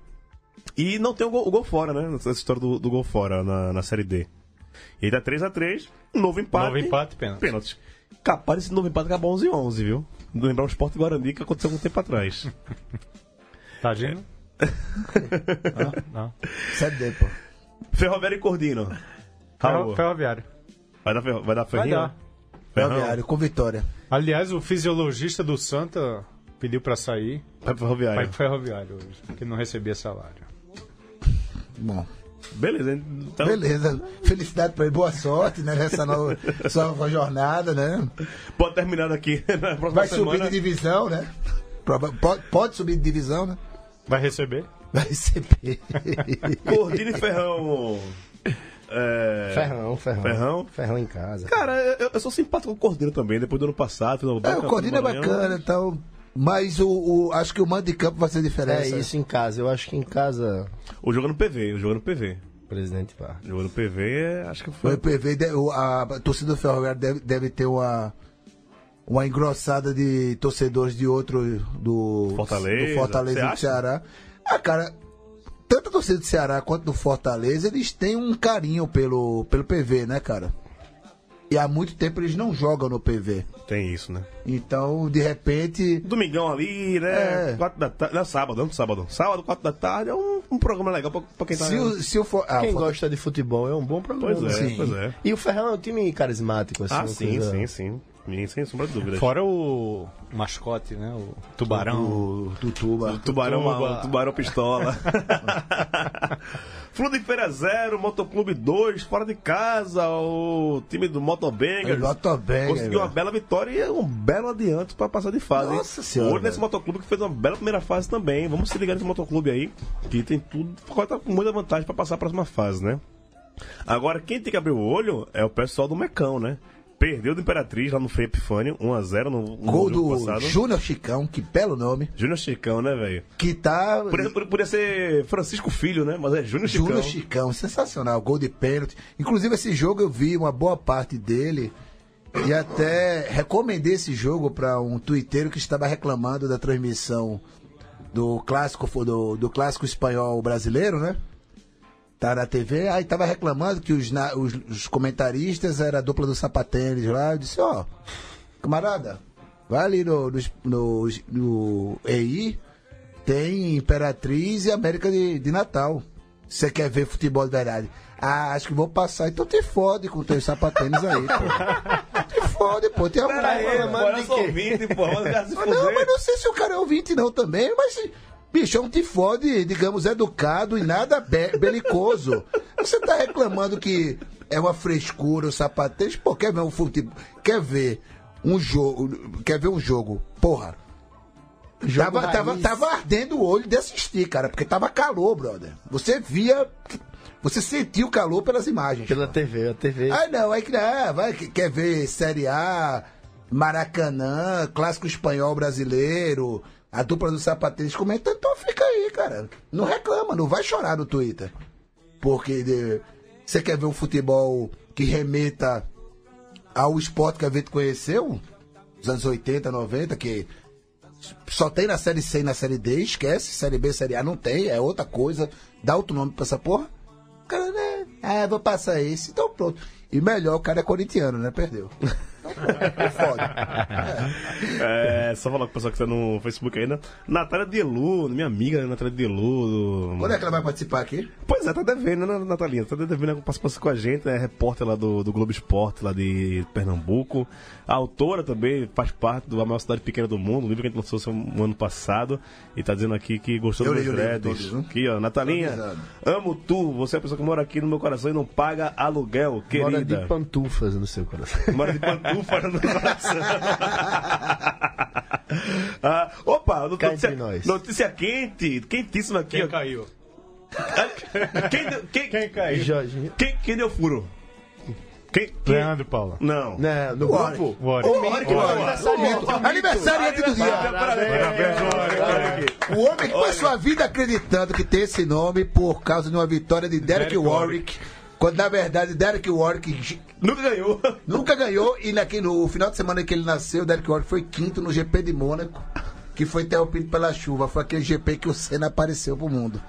[SPEAKER 2] E não tem o gol, o gol fora, né? Essa história do, do gol fora na, na Série D. E aí tá dá 3x3, novo empate.
[SPEAKER 5] Novo empate, pênalti.
[SPEAKER 2] Pênalti. Capaz desse novo empate acabar 11 11 viu? Lembrar o Sport Guarani que aconteceu algum tempo atrás.
[SPEAKER 5] Tá agindo? Não,
[SPEAKER 4] Série D, pô.
[SPEAKER 2] Ferroviário e Cordino.
[SPEAKER 5] não.
[SPEAKER 2] Raul,
[SPEAKER 5] Ferroviário.
[SPEAKER 2] vai dar, ferro- vai dar
[SPEAKER 5] Vai
[SPEAKER 2] ferrinho?
[SPEAKER 5] dar.
[SPEAKER 2] Ferrão?
[SPEAKER 4] Ferroviário, com vitória.
[SPEAKER 5] Aliás, o fisiologista do Santa pediu pra sair.
[SPEAKER 2] Vai pro
[SPEAKER 5] Vai
[SPEAKER 2] Ferroviário.
[SPEAKER 5] pro ferroviário hoje, porque não recebia salário.
[SPEAKER 4] Bom.
[SPEAKER 2] Beleza, então...
[SPEAKER 4] Beleza. Felicidade pra ele. Boa sorte, né? Nessa nova, sua nova jornada, né?
[SPEAKER 2] Pode terminar aqui na próxima
[SPEAKER 4] Vai subir
[SPEAKER 2] semana.
[SPEAKER 4] de divisão, né? Prova- Pode, pode subir de divisão, né?
[SPEAKER 5] Vai receber?
[SPEAKER 2] um
[SPEAKER 4] Vai ser P.
[SPEAKER 2] Cordino e Ferrão. É...
[SPEAKER 6] Ferrão, ferrão.
[SPEAKER 2] Ferrão?
[SPEAKER 6] Ferrão em casa.
[SPEAKER 2] Cara, eu, eu sou simpático com o Cordeiro também, depois do ano passado. fiz uma
[SPEAKER 4] É,
[SPEAKER 2] baita-
[SPEAKER 4] o Cordeiro é
[SPEAKER 2] Maranhão.
[SPEAKER 4] bacana e tal. Mas o, o- acho que o mando de campo vai ser
[SPEAKER 6] É
[SPEAKER 4] diferença.
[SPEAKER 6] isso em casa. Eu acho que em casa,
[SPEAKER 2] O jogo é no PV, o jogo é no PV.
[SPEAKER 6] presidente Parra.
[SPEAKER 2] O jogo é no PV, é, acho que
[SPEAKER 4] O
[SPEAKER 2] foi.
[SPEAKER 4] EPV, de- o- a torcida do Ferroviário deve, deve ter uma, uma engrossada de torcedores de outro do
[SPEAKER 2] Fortaleza,
[SPEAKER 4] do
[SPEAKER 2] você
[SPEAKER 4] Fortaleza e do
[SPEAKER 2] acha?
[SPEAKER 4] Ceará. Ah, cara, tanto a torcida do Ceará quanto do Fortaleza, eles têm um carinho pelo, pelo PV, né, cara? E há muito tempo eles não jogam no PV.
[SPEAKER 2] Tem isso, né?
[SPEAKER 4] Então, de repente,
[SPEAKER 2] Domingão ali, né?
[SPEAKER 4] É.
[SPEAKER 2] Quatro da tarde. Não, sábado, não, sábado. Sábado, quatro da tarde, é um, um programa legal pra, pra quem tá.
[SPEAKER 4] se o, se o For- ah,
[SPEAKER 6] Quem
[SPEAKER 4] o Fortaleza-
[SPEAKER 6] gosta de futebol é um bom programa.
[SPEAKER 2] Pois é,
[SPEAKER 4] Sim.
[SPEAKER 2] pois é.
[SPEAKER 6] E o Ferrão é um time carismático, assim.
[SPEAKER 2] Ah,
[SPEAKER 6] uma
[SPEAKER 2] sim,
[SPEAKER 6] coisa-
[SPEAKER 2] sim, sim, sim. Sem sombra de dúvida.
[SPEAKER 5] Fora o mascote, né? O tubarão.
[SPEAKER 4] do, do Tuba.
[SPEAKER 2] Tubarão,
[SPEAKER 5] Tuba.
[SPEAKER 2] malandro, tubarão pistola. Fluvipera 0, Motoclube 2, fora de casa, o time do Motobangers.
[SPEAKER 4] Motobangers,
[SPEAKER 2] Conseguiu uma
[SPEAKER 4] velho.
[SPEAKER 2] bela vitória e um belo adianto pra passar de fase. hein?
[SPEAKER 4] é, Nossa Senhora,
[SPEAKER 2] Olho nesse
[SPEAKER 4] velho.
[SPEAKER 2] Motoclube que fez uma bela primeira fase também. hein? Vamos se ligar nesse Motoclube aí, que tem tudo, tá com muita vantagem pra passar a próxima fase, né? Agora, quem tem que abrir o olho é o pessoal do Mecão, né? Perdeu do Imperatriz lá no Frei Epifânio, 1x0 no, no
[SPEAKER 4] Gol
[SPEAKER 2] jogo
[SPEAKER 4] do
[SPEAKER 2] passado.
[SPEAKER 4] Júnior Chicão, que belo nome.
[SPEAKER 2] Júnior Chicão, né, velho?
[SPEAKER 4] Que tá.
[SPEAKER 2] Podia, podia- podia ser Francisco Filho, né? Mas é Júnior Chicão.
[SPEAKER 4] Júnior Chicão, sensacional, gol de pênalti. Inclusive, esse jogo eu vi uma boa parte dele e até recomendei esse jogo para um tuiteiro que estava reclamando da transmissão do clássico do, do clássico espanhol brasileiro, né? Tá na TV, aí tava reclamando que os, na- os, os comentaristas era a dupla do sapatênis lá. Eu disse, ó, camarada, vai ali no, no, no, no EI, tem Imperatriz e América de, de Natal. Você quer ver futebol de verdade? Ah, acho que vou passar. Então te fode com teus sapatênis aí, pô. Te fode, pô. Tem alguma
[SPEAKER 2] Peraí,
[SPEAKER 4] coisa.
[SPEAKER 2] mano, eu sou ouvinte, pô. Mas já se
[SPEAKER 4] Mas não, mas
[SPEAKER 2] fuder.
[SPEAKER 4] não sei se o cara é ouvinte não também, mas bicho, é um tifode, digamos, educado e nada be- belicoso. Você tá reclamando que é uma frescura o sapatênis, pô, quer ver um futebol, quer ver um jogo, quer ver um jogo, porra.
[SPEAKER 6] Jogo
[SPEAKER 4] tava, tava,
[SPEAKER 6] raiz.
[SPEAKER 4] tava ardendo o olho de assistir, cara, porque tava calor, brother. Você via, você sentiu o calor pelas imagens.
[SPEAKER 6] Pela TV, a TV.
[SPEAKER 4] Ah, não, é que ah, vai, que- quer ver Série A, Maracanã, clássico espanhol brasileiro, a dupla do sapatênis comentando, então fica aí, cara. Não reclama, não vai chorar no Twitter. Porque de- você quer ver um futebol que remeta ao esporte que a gente conheceu, dos anos 80, 90, que só tem na série C e na série D, esquece, série B, série A não tem, é outra coisa, dá outro nome pra essa porra. O cara, né? Ah, vou passar esse, então pronto. E melhor, o cara é corintiano, né? Perdeu. Então, pronto, é foda.
[SPEAKER 2] É, só falar com o pessoal que tá no Facebook ainda. Natália Delu, minha amiga, né, Natália Delu. do-
[SPEAKER 4] Quando é que ela vai participar aqui?
[SPEAKER 2] Pois é, tá devendo, né, Natalinha? Tá devendo a participação com a gente, é repórter lá do, do Globo Esporte, lá de Pernambuco. A autora também faz parte do A Maior Cidade Pequena do Mundo, um livro que a gente lançou seu- um ano passado. E tá dizendo aqui que gostou
[SPEAKER 4] Eu
[SPEAKER 2] dos
[SPEAKER 4] li, eu
[SPEAKER 2] meus
[SPEAKER 4] li
[SPEAKER 2] dreads.
[SPEAKER 4] todos, viu?
[SPEAKER 2] Aqui, ó, Natalinha,
[SPEAKER 4] Tô avisado.
[SPEAKER 2] amo tu, você é a pessoa que mora aqui no meu coração e não paga aluguel, querida.
[SPEAKER 6] Mora de pantufas no seu coração.
[SPEAKER 2] Mora de pantufa no coração. Ah, opa,
[SPEAKER 6] Cá
[SPEAKER 2] notícia,
[SPEAKER 6] entre nós.
[SPEAKER 2] notícia quente, quentíssima aqui.
[SPEAKER 5] Quem
[SPEAKER 2] ó.
[SPEAKER 5] caiu?
[SPEAKER 2] Quem, deu- quem,
[SPEAKER 5] Quem caiu?
[SPEAKER 6] Jorginho.
[SPEAKER 2] quem, quem deu furo? Quem? quem-
[SPEAKER 5] Leandro Paula.
[SPEAKER 2] Não.
[SPEAKER 6] Não, Né, no
[SPEAKER 4] Warren.
[SPEAKER 6] grupo.
[SPEAKER 5] O Warren.
[SPEAKER 4] Ô, Warren, que Warren. Aniversariante Aniversariante do dia.
[SPEAKER 2] Parabéns, Warren, Warren.
[SPEAKER 4] O homem que passou a vida acreditando que tem esse nome por causa de uma vitória de Derek
[SPEAKER 5] Derek
[SPEAKER 4] Warwick. Quando na verdade Derek Warwick
[SPEAKER 2] Nunca ganhou.
[SPEAKER 4] Nunca ganhou e naquele, no final de semana que ele nasceu, o Derek Warwick foi quinto no GP de Mônaco, que foi interrompido pela chuva. Foi aquele GP que o Senna apareceu pro mundo.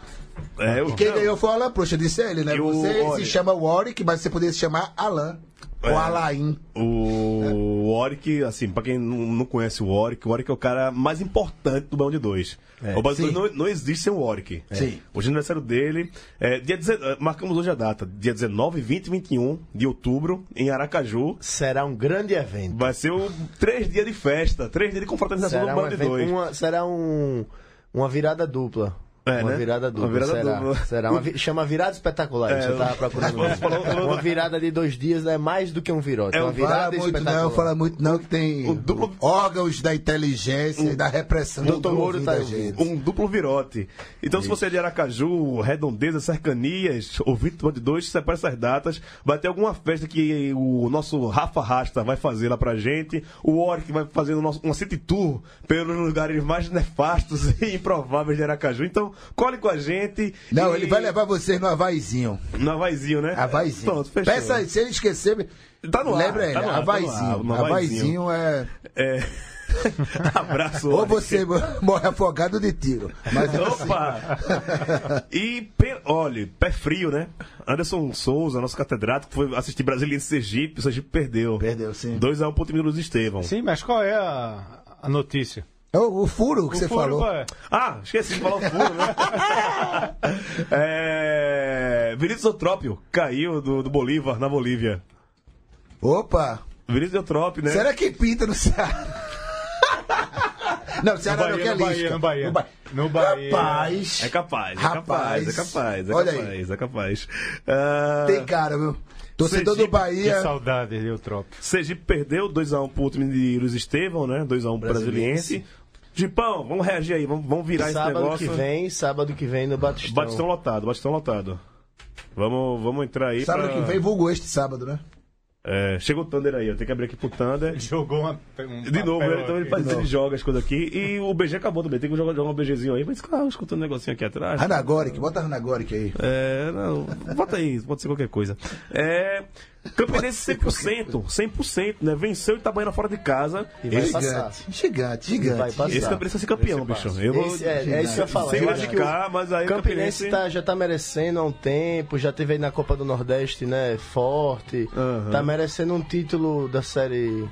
[SPEAKER 2] É, o
[SPEAKER 4] Quem ganhou foi o Alain Proxa, disse ele, né?
[SPEAKER 2] E o
[SPEAKER 4] Você
[SPEAKER 2] Warwick.
[SPEAKER 4] se chama Warwick, mas você poderia se chamar Alain.
[SPEAKER 2] É.
[SPEAKER 4] Ou Alain.
[SPEAKER 2] O Warwick, assim, pra quem não não conhece o Warwick, o Warwick é o cara mais importante do Bound 2. o Bound
[SPEAKER 4] sim.
[SPEAKER 2] 2 não, não existe sem o Warwick.
[SPEAKER 4] Sim.
[SPEAKER 2] Hoje é aniversário dele. É, dia 10 eh, marcamos hoje a data, dia 19, 20 e 21 de outubro, em Aracaju.
[SPEAKER 6] Será um grande evento.
[SPEAKER 2] Vai ser o três dias de festa, três dias de confraternização
[SPEAKER 6] Será
[SPEAKER 2] do
[SPEAKER 6] um
[SPEAKER 2] Bound
[SPEAKER 6] evento,
[SPEAKER 2] 2.
[SPEAKER 6] uma, será um, uma virada dupla.
[SPEAKER 2] É,
[SPEAKER 6] uma
[SPEAKER 2] né?
[SPEAKER 6] virada dupla.
[SPEAKER 2] Uma virada
[SPEAKER 6] será?
[SPEAKER 2] dupla.
[SPEAKER 6] Será? Uma vi- Chama virada espetacular. isso eu tava procurando.
[SPEAKER 2] Você falou- falou-
[SPEAKER 6] uma virada de dois dias é mais do que um virote.
[SPEAKER 2] É
[SPEAKER 6] uma
[SPEAKER 2] um-
[SPEAKER 6] virada
[SPEAKER 4] Fala muito
[SPEAKER 6] espetacular.
[SPEAKER 4] não, fala muito não, que tem
[SPEAKER 2] O duplo-
[SPEAKER 4] órgãos da inteligência e da repressão.
[SPEAKER 6] Dr. Moro tá
[SPEAKER 4] da
[SPEAKER 6] ouvindo.
[SPEAKER 4] gente.
[SPEAKER 2] Um duplo virote. Então, se você é de Aracaju, Redondeza, Cercanias, ouvinte do Band 2, separa essas datas. Vai ter alguma festa que o nosso Rafa Rasta vai fazer lá pra gente. O Orc vai fazer um nosso- uma city tour pelos lugares mais nefastos e improváveis de Aracaju. Então, colhe com a gente.
[SPEAKER 4] Não,
[SPEAKER 2] e-
[SPEAKER 4] ele vai levar vocês no Havaizinho.
[SPEAKER 2] No Havaizinho, né?
[SPEAKER 4] Havaizinho.
[SPEAKER 2] Pronto, fechou.
[SPEAKER 4] Peça aí, se ele esquecer.
[SPEAKER 2] Tá no ar,
[SPEAKER 4] Lembra
[SPEAKER 2] tá
[SPEAKER 4] ele,
[SPEAKER 2] no ar, tá no ar,
[SPEAKER 4] Havaizinho.
[SPEAKER 2] no Havaizinho.
[SPEAKER 4] Havaizinho é.
[SPEAKER 2] É. Abraço,
[SPEAKER 4] Ou
[SPEAKER 2] Orc.
[SPEAKER 4] você morre afogado de tiro. Mas é assim.
[SPEAKER 2] Opa! E, pe- olha, pé frio, né? Anderson Souza, nosso catedrático, foi assistir Brasília e Sergipe. O Sergipe perdeu.
[SPEAKER 4] Perdeu, sim.
[SPEAKER 2] 2x1 pro time do Luiz Estevão.
[SPEAKER 5] Sim, mas qual é a, a notícia?
[SPEAKER 4] É o, o furo que você
[SPEAKER 5] furo,
[SPEAKER 4] falou.
[SPEAKER 5] qual é?
[SPEAKER 2] Ah, esqueci de falar o furo, né? é... Vinícius Eutrópio caiu do, do Bolívar na Bolívia.
[SPEAKER 4] Opa!
[SPEAKER 2] Vinícius Eutrópio,
[SPEAKER 5] É.
[SPEAKER 2] né?
[SPEAKER 4] Será que pinta no Ceará? Não, o Ceará
[SPEAKER 5] No
[SPEAKER 4] não é quer
[SPEAKER 5] Bahia,
[SPEAKER 4] lixo.
[SPEAKER 5] no Bahia, no Bahia. No Bahia.
[SPEAKER 4] Rapaz,
[SPEAKER 2] É capaz, é
[SPEAKER 4] Rapaz,
[SPEAKER 2] capaz, é capaz, é
[SPEAKER 4] olha aí.
[SPEAKER 2] capaz, é capaz. Ah,
[SPEAKER 4] tem cara, viu? Torcedor do
[SPEAKER 2] Sergipe,
[SPEAKER 5] Que
[SPEAKER 4] Bahia.
[SPEAKER 5] saudade de Eutrópio.
[SPEAKER 2] Sergipe perdeu 2x1 pro time de Luiz Estevão, né? 2x1 pro Brasiliense. Gipão, vamos reagir aí, vamos, vamos virar esse
[SPEAKER 6] Sábado que
[SPEAKER 2] negócio.
[SPEAKER 6] vem, então. sábado que vem no Batistão.
[SPEAKER 2] Batistão lotado, Batistão lotado. Vamos, vamos entrar aí.
[SPEAKER 4] Sábado
[SPEAKER 2] pra-
[SPEAKER 4] que vem, vulgo este sábado, né?
[SPEAKER 2] É, chega o Thunder aí, eu tenho que abrir aqui pro Thunder.
[SPEAKER 5] Jogou uma, um
[SPEAKER 2] De novo,
[SPEAKER 5] papel
[SPEAKER 2] ele, então ele,
[SPEAKER 5] aqui.
[SPEAKER 2] faz, ele joga as coisas aqui. E o BG acabou também, tem que jogar, jogar um BGzinho aí. Mas claro, escutando um negocinho aqui
[SPEAKER 4] Ah,
[SPEAKER 2] atrás.
[SPEAKER 4] Hanagoric, bota Hanagoric aí.
[SPEAKER 2] É, não, bota aí, pode ser qualquer coisa. É, Campinense 100%, 100%, né? Venceu Itabaiana fora de casa.
[SPEAKER 6] E vai
[SPEAKER 5] É,
[SPEAKER 2] Esse,
[SPEAKER 5] tá
[SPEAKER 6] passar.
[SPEAKER 4] Gigante, gigante,
[SPEAKER 6] Vai
[SPEAKER 4] gigante.
[SPEAKER 6] passar.
[SPEAKER 2] esse Campinense vai ser campeão, bicho. Eu vou-
[SPEAKER 6] Esse- é, é isso que eu ia falar.
[SPEAKER 2] Sem
[SPEAKER 6] Eu acho que o
[SPEAKER 2] criticar, mas aí o
[SPEAKER 6] Campinense
[SPEAKER 2] Campinense-
[SPEAKER 6] tá- já tá merecendo há um tempo, já teve aí na Copa do Nordeste, né? Forte.
[SPEAKER 2] Aham.
[SPEAKER 6] Tá merecendo um título da série.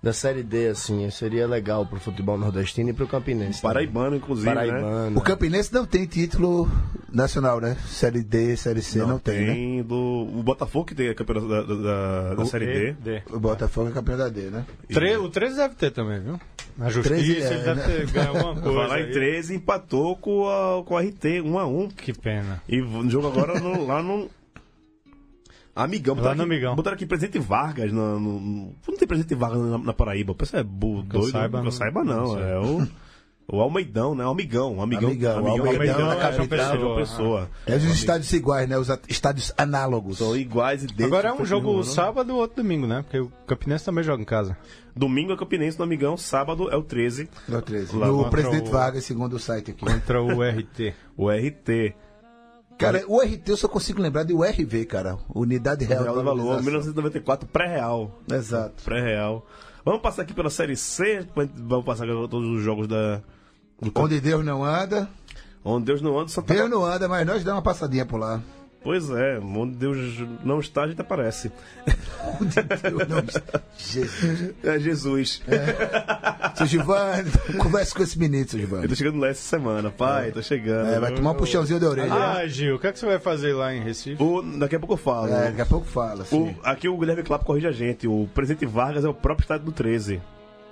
[SPEAKER 6] Da série D, assim, seria legal pro futebol nordestino e pro Campinense. também.
[SPEAKER 2] Paraibano, inclusive, né?
[SPEAKER 6] Paraibano.
[SPEAKER 4] O Campinense não tem título nacional, né? Série D, Série C, não, tem, né?
[SPEAKER 2] Tem do. O Botafogo que tem a campeão da, da- da- da Série D.
[SPEAKER 5] D.
[SPEAKER 4] O Botafogo é campeão da D, né?
[SPEAKER 5] Tre- o 13 deve ter também, viu? Na justiça,
[SPEAKER 4] 13 é,
[SPEAKER 5] ele deve
[SPEAKER 4] né?
[SPEAKER 5] ter ganho alguma coisa.
[SPEAKER 2] Vai lá em
[SPEAKER 5] aí.
[SPEAKER 2] 13 empatou com a, com a RT, 1x1.
[SPEAKER 5] Que pena.
[SPEAKER 2] E no jogo agora no- lá no. Amigão, botaram
[SPEAKER 5] Lá no
[SPEAKER 2] aqui-
[SPEAKER 5] Amigão.
[SPEAKER 2] Botaram aqui presidente Vargas. No, no- não tem presidente Vargas na, na Paraíba. O pessoal é bu,
[SPEAKER 5] eu
[SPEAKER 2] doido.
[SPEAKER 5] saiba,
[SPEAKER 2] que eu
[SPEAKER 5] não-
[SPEAKER 2] saiba,
[SPEAKER 5] não
[SPEAKER 2] não.
[SPEAKER 5] sei.
[SPEAKER 2] É o, o Almeidão, né? Amigão. Amigão.
[SPEAKER 4] Amigão,
[SPEAKER 5] Almeidão
[SPEAKER 2] Almeidão
[SPEAKER 5] da
[SPEAKER 2] é João
[SPEAKER 5] capital.
[SPEAKER 2] Pessoa, João Pessoa.
[SPEAKER 4] É os estádios iguais, né? Os at- estádios análogos.
[SPEAKER 2] São iguais e
[SPEAKER 5] Agora é um jogo sábado, outro domingo, né? Porque o Campinense também joga em casa.
[SPEAKER 2] Domingo é Campinense no Amigão, sábado é o 13.
[SPEAKER 4] No 13.
[SPEAKER 2] Lá
[SPEAKER 4] No
[SPEAKER 5] contra
[SPEAKER 4] Presidente
[SPEAKER 5] o-
[SPEAKER 4] Vargas, segundo o site aqui.
[SPEAKER 5] Contra o RT.
[SPEAKER 2] O RT.
[SPEAKER 4] Cara, o RT eu só consigo lembrar de URV, cara. Unidade Real,
[SPEAKER 2] Real um
[SPEAKER 4] de
[SPEAKER 2] do Valor,
[SPEAKER 4] Valorização.
[SPEAKER 2] 1994, pré-real.
[SPEAKER 4] É Exato.
[SPEAKER 2] Pré-real. Vamos passar aqui pela Série C, vamos passar aqui todos os jogos da... do-
[SPEAKER 4] Onde Deus não anda,
[SPEAKER 2] Onde Deus não anda, só tá...
[SPEAKER 4] Deus não anda, mas nós dá uma passadinha por lá.
[SPEAKER 2] Pois é, onde Deus não está, a gente aparece.
[SPEAKER 4] Deus não anda. Jesus.
[SPEAKER 2] É Jesus.
[SPEAKER 4] Seu Giovanni, converse com esse menino, seu
[SPEAKER 2] Eu tô
[SPEAKER 4] Giovanni.
[SPEAKER 2] tá chegando lá essa semana, pai, tô chegando.
[SPEAKER 4] É, vai tomar um puxãozinho de orelha. né?
[SPEAKER 5] Ah, Gil, o que, é que você vai fazer lá em Recife?
[SPEAKER 2] O- Daqui a pouco eu falo.
[SPEAKER 4] É, daqui a pouco fala,
[SPEAKER 2] O-
[SPEAKER 4] assim.
[SPEAKER 2] aqui o Guilherme Clap corrige a gente. O presidente Vargas é o próprio estado do 13.